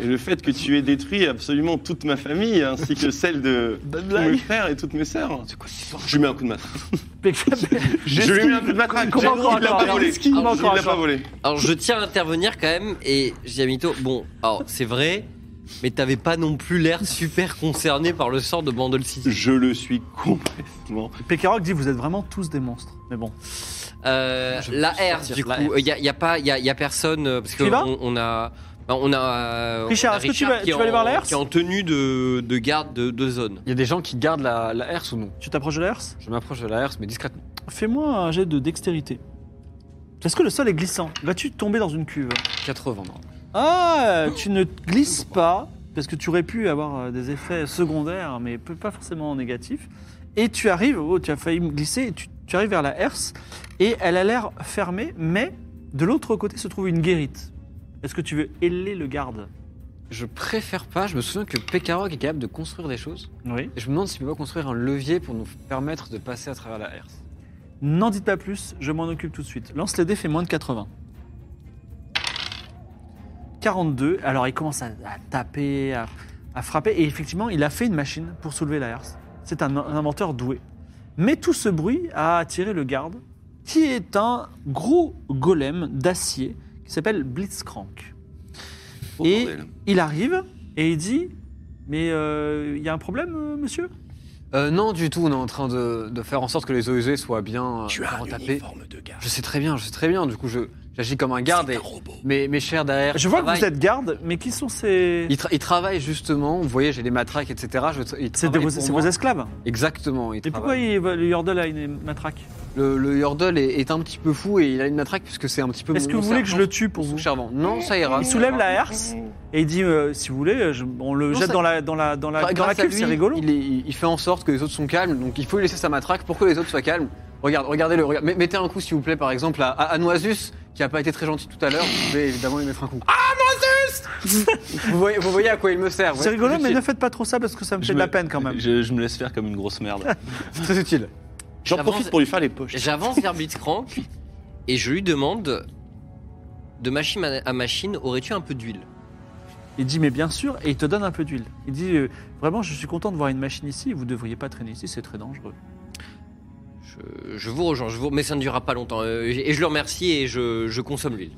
et le fait que tu aies détruit absolument toute ma famille ainsi que celle de tous
[laughs]
mes frères et toutes mes sœurs. C'est quoi Je lui mets un coup de matraque.
[laughs]
Je lui mets un coup de matraque.
Comment encore
Il l'a
encore,
pas volé.
alors,
Il
comment encore,
l'a pas
encore
volé.
Alors je tiens à intervenir quand même et je dis à Mito, bon, alors c'est vrai, mais t'avais pas non plus l'air super concerné par le sort de Bandol City.
Je le suis complètement.
Pécaroc dit Vous êtes vraiment tous des monstres. Mais bon.
Euh, la R, du coup, il y, a- y a pas, il y a, y a personne euh, parce que
Tu y vas
on, on a. bah, On a
Richard,
on a
est-ce que tu vas-
qui
tu
est
vas aller
en-
voir la herse
Qui est en tenue de, de garde de, de zone.
Il y a des gens qui gardent la, la herse ou non
Tu t'approches de la herse
Je m'approche de la herse, mais discrètement.
Fais-moi un jet de dextérité. Est-ce que le sol est glissant Vas-tu tomber dans une cuve
80 non.
Ah, tu ne glisses pas, parce que tu aurais pu avoir euh, des effets secondaires, mais peu- pas forcément négatifs. Et tu arrives, oh, tu as failli me glisser, et tu, tu arrives vers la herse, et elle a l'air fermée, mais de l'autre côté se trouve une guérite. Est-ce que tu veux héler le garde
Je préfère pas. Je me souviens que Pécaroc est capable de construire des choses.
Oui.
Et je me demande s'il peut pas construire un levier pour nous permettre de passer à travers la herse.
N'en dites pas plus, je m'en occupe tout de suite. Lance les dés, fait moins de 80. 42, alors il commence à, à taper, à, à frapper, et effectivement, il a fait une machine pour soulever la herse. C'est un, un inventeur doué. Mais tout ce bruit a attiré le garde, qui est un gros golem d'acier qui s'appelle Blitzcrank.
Oh,
et
bordel.
il arrive et il dit Mais euh, il y a un problème, euh, monsieur
Euh, non, du tout. On est en train de, de faire en sorte que les eaux usées soient bien euh,
Tu as un
retapées.
uniforme de garde.
Je sais très bien, je sais très bien. Du coup, je- j'agis comme un garde.
C'est
Et
un robot.
mes, mes chers derrière.
Je vois que
travaillent.
vous êtes garde, mais qui sont ces.
Ils, tra- ils travaillent justement. Vous voyez, j'ai les matraques, etc. Je, tra- ils
C'est de
travaillent
vos-
pour
c'est
moi.
vos esclaves
Exactement. Ils
Et pourquoi
travaillent.
il, le Yordle a une matraque
Le, le Yordle est, est un petit peu fou et il a une matraque puisque c'est un petit peu.
Est-ce
mon-
que vous
mon
voulez que je
serpent
le tue pour
sous
vous
Charbon. Non, ça ira.
Il soulève la herse et il dit euh, si vous voulez, je- on le
Oh. Non,
jette
ça-
dans la dans la dans la,
Enfin,
dans la
grâce à
cuve,
lui,
c'est rigolo.
Il, est- il fait en sorte que les autres sont calmes, donc il faut lui laisser sa matraque pour que les autres soient calmes. Regarde, regardez-le. regarde- met- Mettez un coup, s'il vous plaît, par exemple, à, à- à Noisus, qui a pas été très gentil tout à l'heure. Vous pouvez évidemment lui mettre un coup. Ah, Noisus [laughs] vous, voyez, vous voyez à quoi il me sert. vous
C'est
voyez,
rigolo, mais ne
utile.
faites pas trop ça parce que ça me fait
Je
de la
me-
peine quand même.
Je, je me laisse faire comme une
[laughs]
grosse merde.
C'est très utile.
J'en
J'avance-
profite pour lui faire les poches.
J'avance vers Blitzcrank et je lui demande de machine à- à machine, aurais-tu un peu d'huile
Il dit mais bien sûr et il te donne un peu d'huile. Il dit euh, vraiment je suis content de voir une machine ici. Vous devriez pas traîner ici, c'est très dangereux.
je, je vous rejoins, je vous- mais ça ne durera pas longtemps. euh, Et je le remercie et je, je consomme l'huile.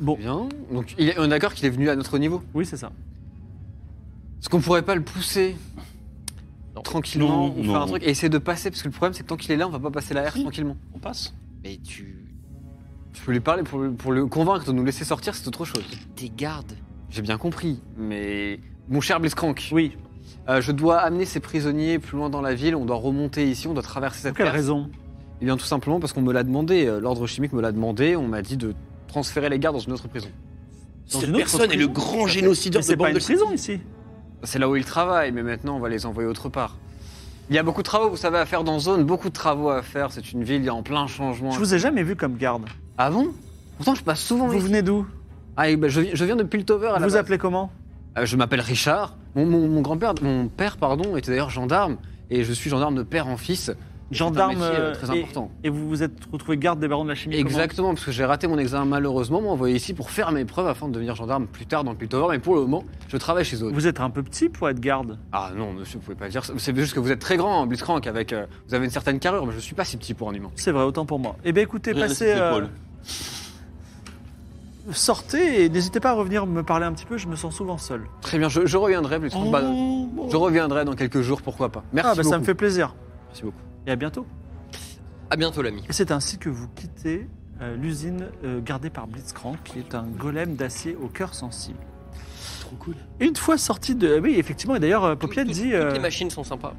Bon,
Bien. Donc, il est, on est d'accord qu'il est venu à notre niveau.
oui c'est ça.
Est-ce qu'on pourrait pas le pousser
Non.
Tranquillement,
Non,
on
non.
fait un truc et essayer de passer, parce que le problème c'est que tant qu'il est là, on va pas passer la herse tranquillement.
On passe.
Mais tu
Je peux lui parler pour, le- pour le convaincre de nous laisser sortir, c'est autre chose.
dégardes.
J'ai bien compris, mais mon cher Blitzcrank,
Oui.
euh, je dois amener ces prisonniers plus loin dans la ville, on doit remonter ici, on doit traverser cette
Pour quelle
place.
raison
Eh bien tout simplement parce qu'on me l'a demandé, euh, l'ordre chimique me l'a demandé, on m'a dit de transférer les gardes dans une autre prison.
Dans
Cette
une autre
personne est le
prison,
grand
ça fait-
génocideur
Mais
de
C'est pas
bande
une
de
prison ici.
C'est là où ils travaillent, mais maintenant on va les envoyer autre part. Il y a beaucoup de travaux, vous savez, à faire dans Zone, beaucoup de travaux à faire, c'est une ville en plein changement.
Je vous ai jamais vu comme garde.
Ah bon Pourtant je passe souvent
Vous
ici.
venez d'où
Ah, eh ben, je, vi- je viens de Piltover à la
Vous vous
base.
appelez comment
Euh, je m'appelle Richard. Mon, mon- mon grand-père, mon père, pardon, était d'ailleurs gendarme. Et je suis gendarme de père en fils. Et
Gendarme,
C'est un métier, euh,
euh,
très important.
Et vous vous êtes retrouvé garde des barons de la chimie comment
Exactement, parce que j'ai raté mon examen malheureusement. On m'a envoyé ici pour faire mes preuves afin de devenir gendarme plus tard dans le Piltover. Mais pour le moment, je travaille chez eux.
Vous êtes un peu petit pour être garde.
Ah non, monsieur, vous pouvez pas dire ça. C'est juste que vous êtes très grand, hein, Blitzcrank, avec. euh, vous avez une certaine carrure, mais je suis pas si petit pour un humain.
C'est vrai, autant pour moi. Eh bien, écoutez,
Rien à
passez.
ses
euh,
épaules.
sortez et n'hésitez pas à revenir me parler un petit peu, je me sens souvent seul.
Très bien, je, je reviendrai, Blitzcrank. bah, je reviendrai dans quelques jours, pourquoi pas. Merci
Oh, ah, bah
beaucoup.
ça me fait plaisir.
Merci beaucoup.
Et à bientôt.
À bientôt l'ami.
Et c'est ainsi que vous quittez euh, l'usine euh, gardée par Blitzcrank, qui est un golem d'acier au cœur sensible. Trop cool. Une fois sorti de. Oui, effectivement, et d'ailleurs, euh, Popiette
Tout- tout-
dit.
Toutes
euh,
les machines sont sympas.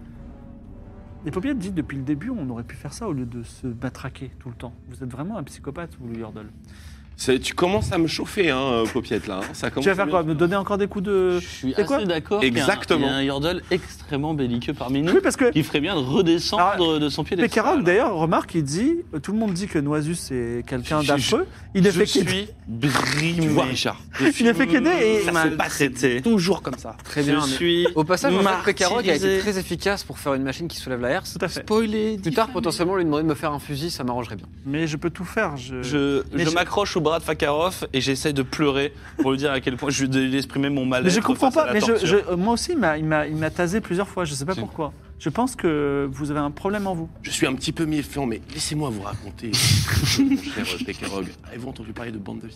Et Popiette dit depuis le début, on aurait pu faire ça au lieu de se matraquer tout le temps. Vous êtes vraiment un psychopathe, vous, le Yordle.
C'est- Tu commences à me chauffer, hein, Popiette, là. hein. Ça commence
Tu vas faire
à
quoi
me-
Me donner encore des coups de.
Je suis
C'est quoi
assez d'accord. qu'il y a un-
Exactement.
il y a un Yordle extrêmement belliqueux parmi nous.
Oui, parce que
qui ferait bien de redescendre
Alors,
de son pied
Ah, Mais Karol, d'ailleurs, remarque, il dit tout le monde dit que Noisus est quelqu'un
Je- je-
d'affreux. Il est
je
fait
suis brimé.
Tu vois, Richard.
Il a fait qu'aider et-
Ça s'est pas traité.
Toujours comme ça.
Très bien.
je
mais-
suis.
Au passage, en fait, Pekarod, il a été
martyrisé.
très efficace pour faire une machine qui soulève la herse.
Tout à fait.
Spoiler.
Plus tard, potentiellement, lui demander de me faire un fusil, ça m'arrangerait bien.
Mais je peux tout faire. Je...
Je,
Mais
je
je-
m'accroche au bras de Fakarov et j'essaye de pleurer pour lui dire à quel point je lui exprimer mon mal
Mais je comprends pas. Mais je, je- moi aussi, il m'a- il m'a il m'a tasé plusieurs fois. Je sais pas
Si.
pourquoi. Je pense que vous avez un problème
[laughs]
en vous.
Je suis un petit peu méfiant, mais laissez-moi vous raconter, [laughs] mon cher Pekarog. Avez-vous entendu parler de bande de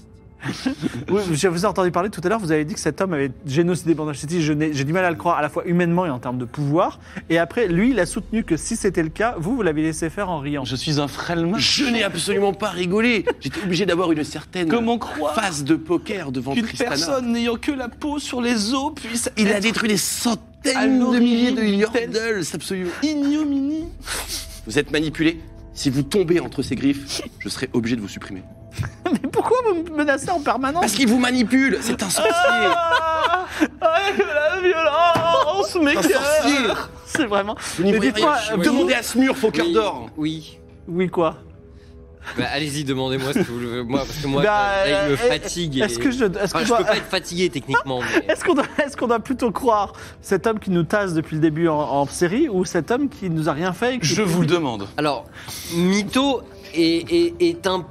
Oui, je vous ai entendu parler tout à l'heure. Vous avez dit que cet homme avait génocidé Bandage City. Je n'ai- J'ai du mal à le croire, à la fois humainement et en termes de pouvoir. Et après, lui, il a soutenu que si c'était le cas, vous, vous l'avez laissé faire en riant.
Je suis un frêlement.
Je n'ai absolument pas rigolé. J'étais obligé d'avoir une certaine
Comment croire
phase de poker devant
qu'une
Tristana.
personne n'ayant que la peau sur les os puisse
Il a
être
détruit des
à
centaines de
l'origine
milliers de
d'une
yordles, c'est absolument.
ignominie
Vous êtes manipulé. Si vous tombez entre ses griffes, je serai obligé de vous supprimer.
Mais pourquoi vous me menacez en permanence
Parce qu'il vous manipule C'est un sorcier
Ah,
Avec Ah, la violence, mais
Un sorcier
c'est vraiment.
Vous n'y
Mais
voyez
dites-moi,
rien.
euh,
Demandez à ce mur, faut
Oui,
cœur d'or
Oui.
Oui, quoi
Bah, Allez-y, demandez-moi ce que vous voulez. Moi, parce que moi,
Bah,
là, il me
euh,
fatigue. et-
Est-ce que Ah, je, est-ce
Enfin,
qu'on
je peux
doit,
pas être fatigué techniquement, mais
est-ce qu'on doit, est-ce qu'on doit plutôt croire cet homme qui nous tasse depuis le début en, en série ou cet homme qui nous a rien fait et qui-
Je vous le demande.
Alors, Mytho est, est- est un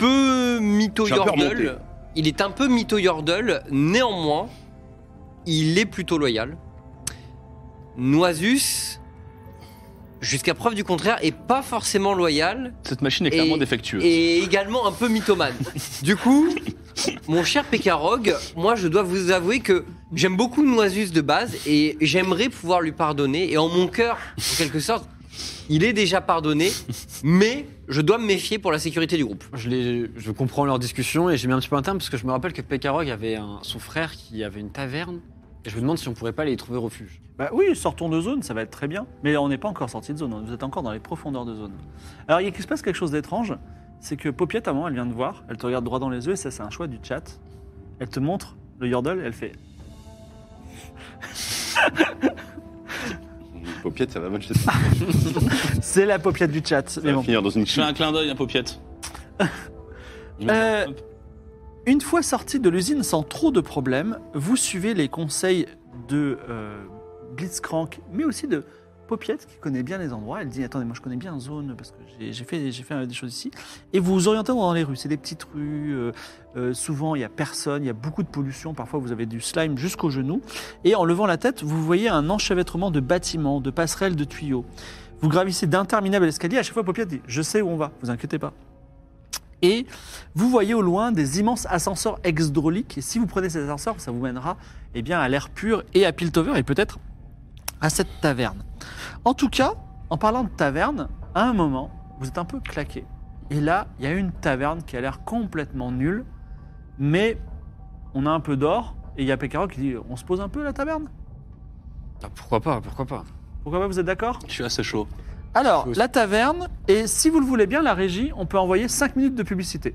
peu Mytho
Je suis un peu remonté.
Yordle. Il est un peu Mytho Yordle, néanmoins, il est plutôt loyal. Noisus, jusqu'à preuve du contraire, est pas forcément loyal
Cette machine est
Et-
clairement défectueuse.
et également un peu mythomane. du coup, mon cher Pécarog, moi je dois vous avouer que j'aime beaucoup Noisus de base et j'aimerais pouvoir lui pardonner. Et en mon cœur, en quelque sorte, il est déjà pardonné, mais je dois me méfier pour la sécurité du groupe.
Je, les- je comprends leur discussion et j'ai mis un petit peu un terme parce que je me rappelle que Pekarog avait un- son frère qui avait une taverne Et je me demande si on pourrait pas aller y trouver refuge.
Bah oui, sortons de zone, ça va être très bien. Mais on n'est pas encore sorti de zone, vous êtes encore dans les profondeurs de zone. Alors il se passe quelque chose d'étrange, c'est que Popiette, à un moment, elle vient de voir, elle te regarde droit dans les yeux, et ça c'est un choix du chat. Elle te montre le yordle, elle fait
Paupiette, ça va mal chez
Ah,
toi.
C'est la Popiette du chat.
Ça
Mais
va
bon.
finir dans une
Je fais un clin d'œil à Popiette.
Euh, Une fois sorti de l'usine sans trop de problèmes, vous suivez les conseils de euh, Blitzcrank, mais aussi de Popiette, qui connaît bien les endroits. Elle dit Attendez, moi je connais bien zone parce que j'ai- j'ai fait, j'ai fait euh, des choses ici. Et vous vous orientez dans les rues. C'est des petites rues. euh, euh, souvent, il n'y a personne. Il y a beaucoup de pollution. Parfois, vous avez du slime jusqu'aux genoux. Et en levant la tête, vous voyez un enchevêtrement de bâtiments, de passerelles, de tuyaux. Vous gravissez d'interminables escaliers. À chaque fois, Popiette dit Je sais où on va, vous inquiétez pas. Et vous voyez au loin des immenses ascenseurs exdrauliques. Et si vous prenez ces ascenseurs, ça vous mènera eh bien, à l'air pur et à Piltover et peut-être à cette taverne. En tout cas, en parlant de taverne, à un moment, vous êtes un peu claqué. Et là, il y a une taverne qui a l'air complètement nulle, mais on a un peu d'or. Et il y a Pécaro qui dit On se pose un peu à la taverne
Ah, pourquoi pas, pourquoi pas
Pourquoi pas, vous êtes d'accord
Je suis assez chaud.
Alors, la taverne, et si vous le voulez bien, la régie, on peut envoyer 5 minutes de publicité.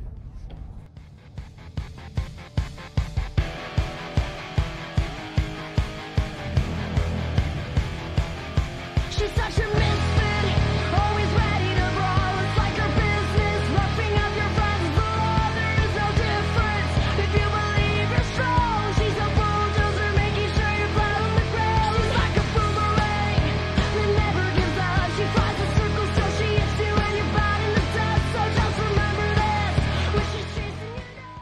She's such a misfit, always ready to brawl. It's like her business, roughing up your friends, but all there is no difference. If you believe you're strong, she's a bulldozer, making sure you're flat on the ground. She's like a boomerang that never gives up. She flies in circles till she hits you and you're bad in the dust. So just remember this when she's chasing you down.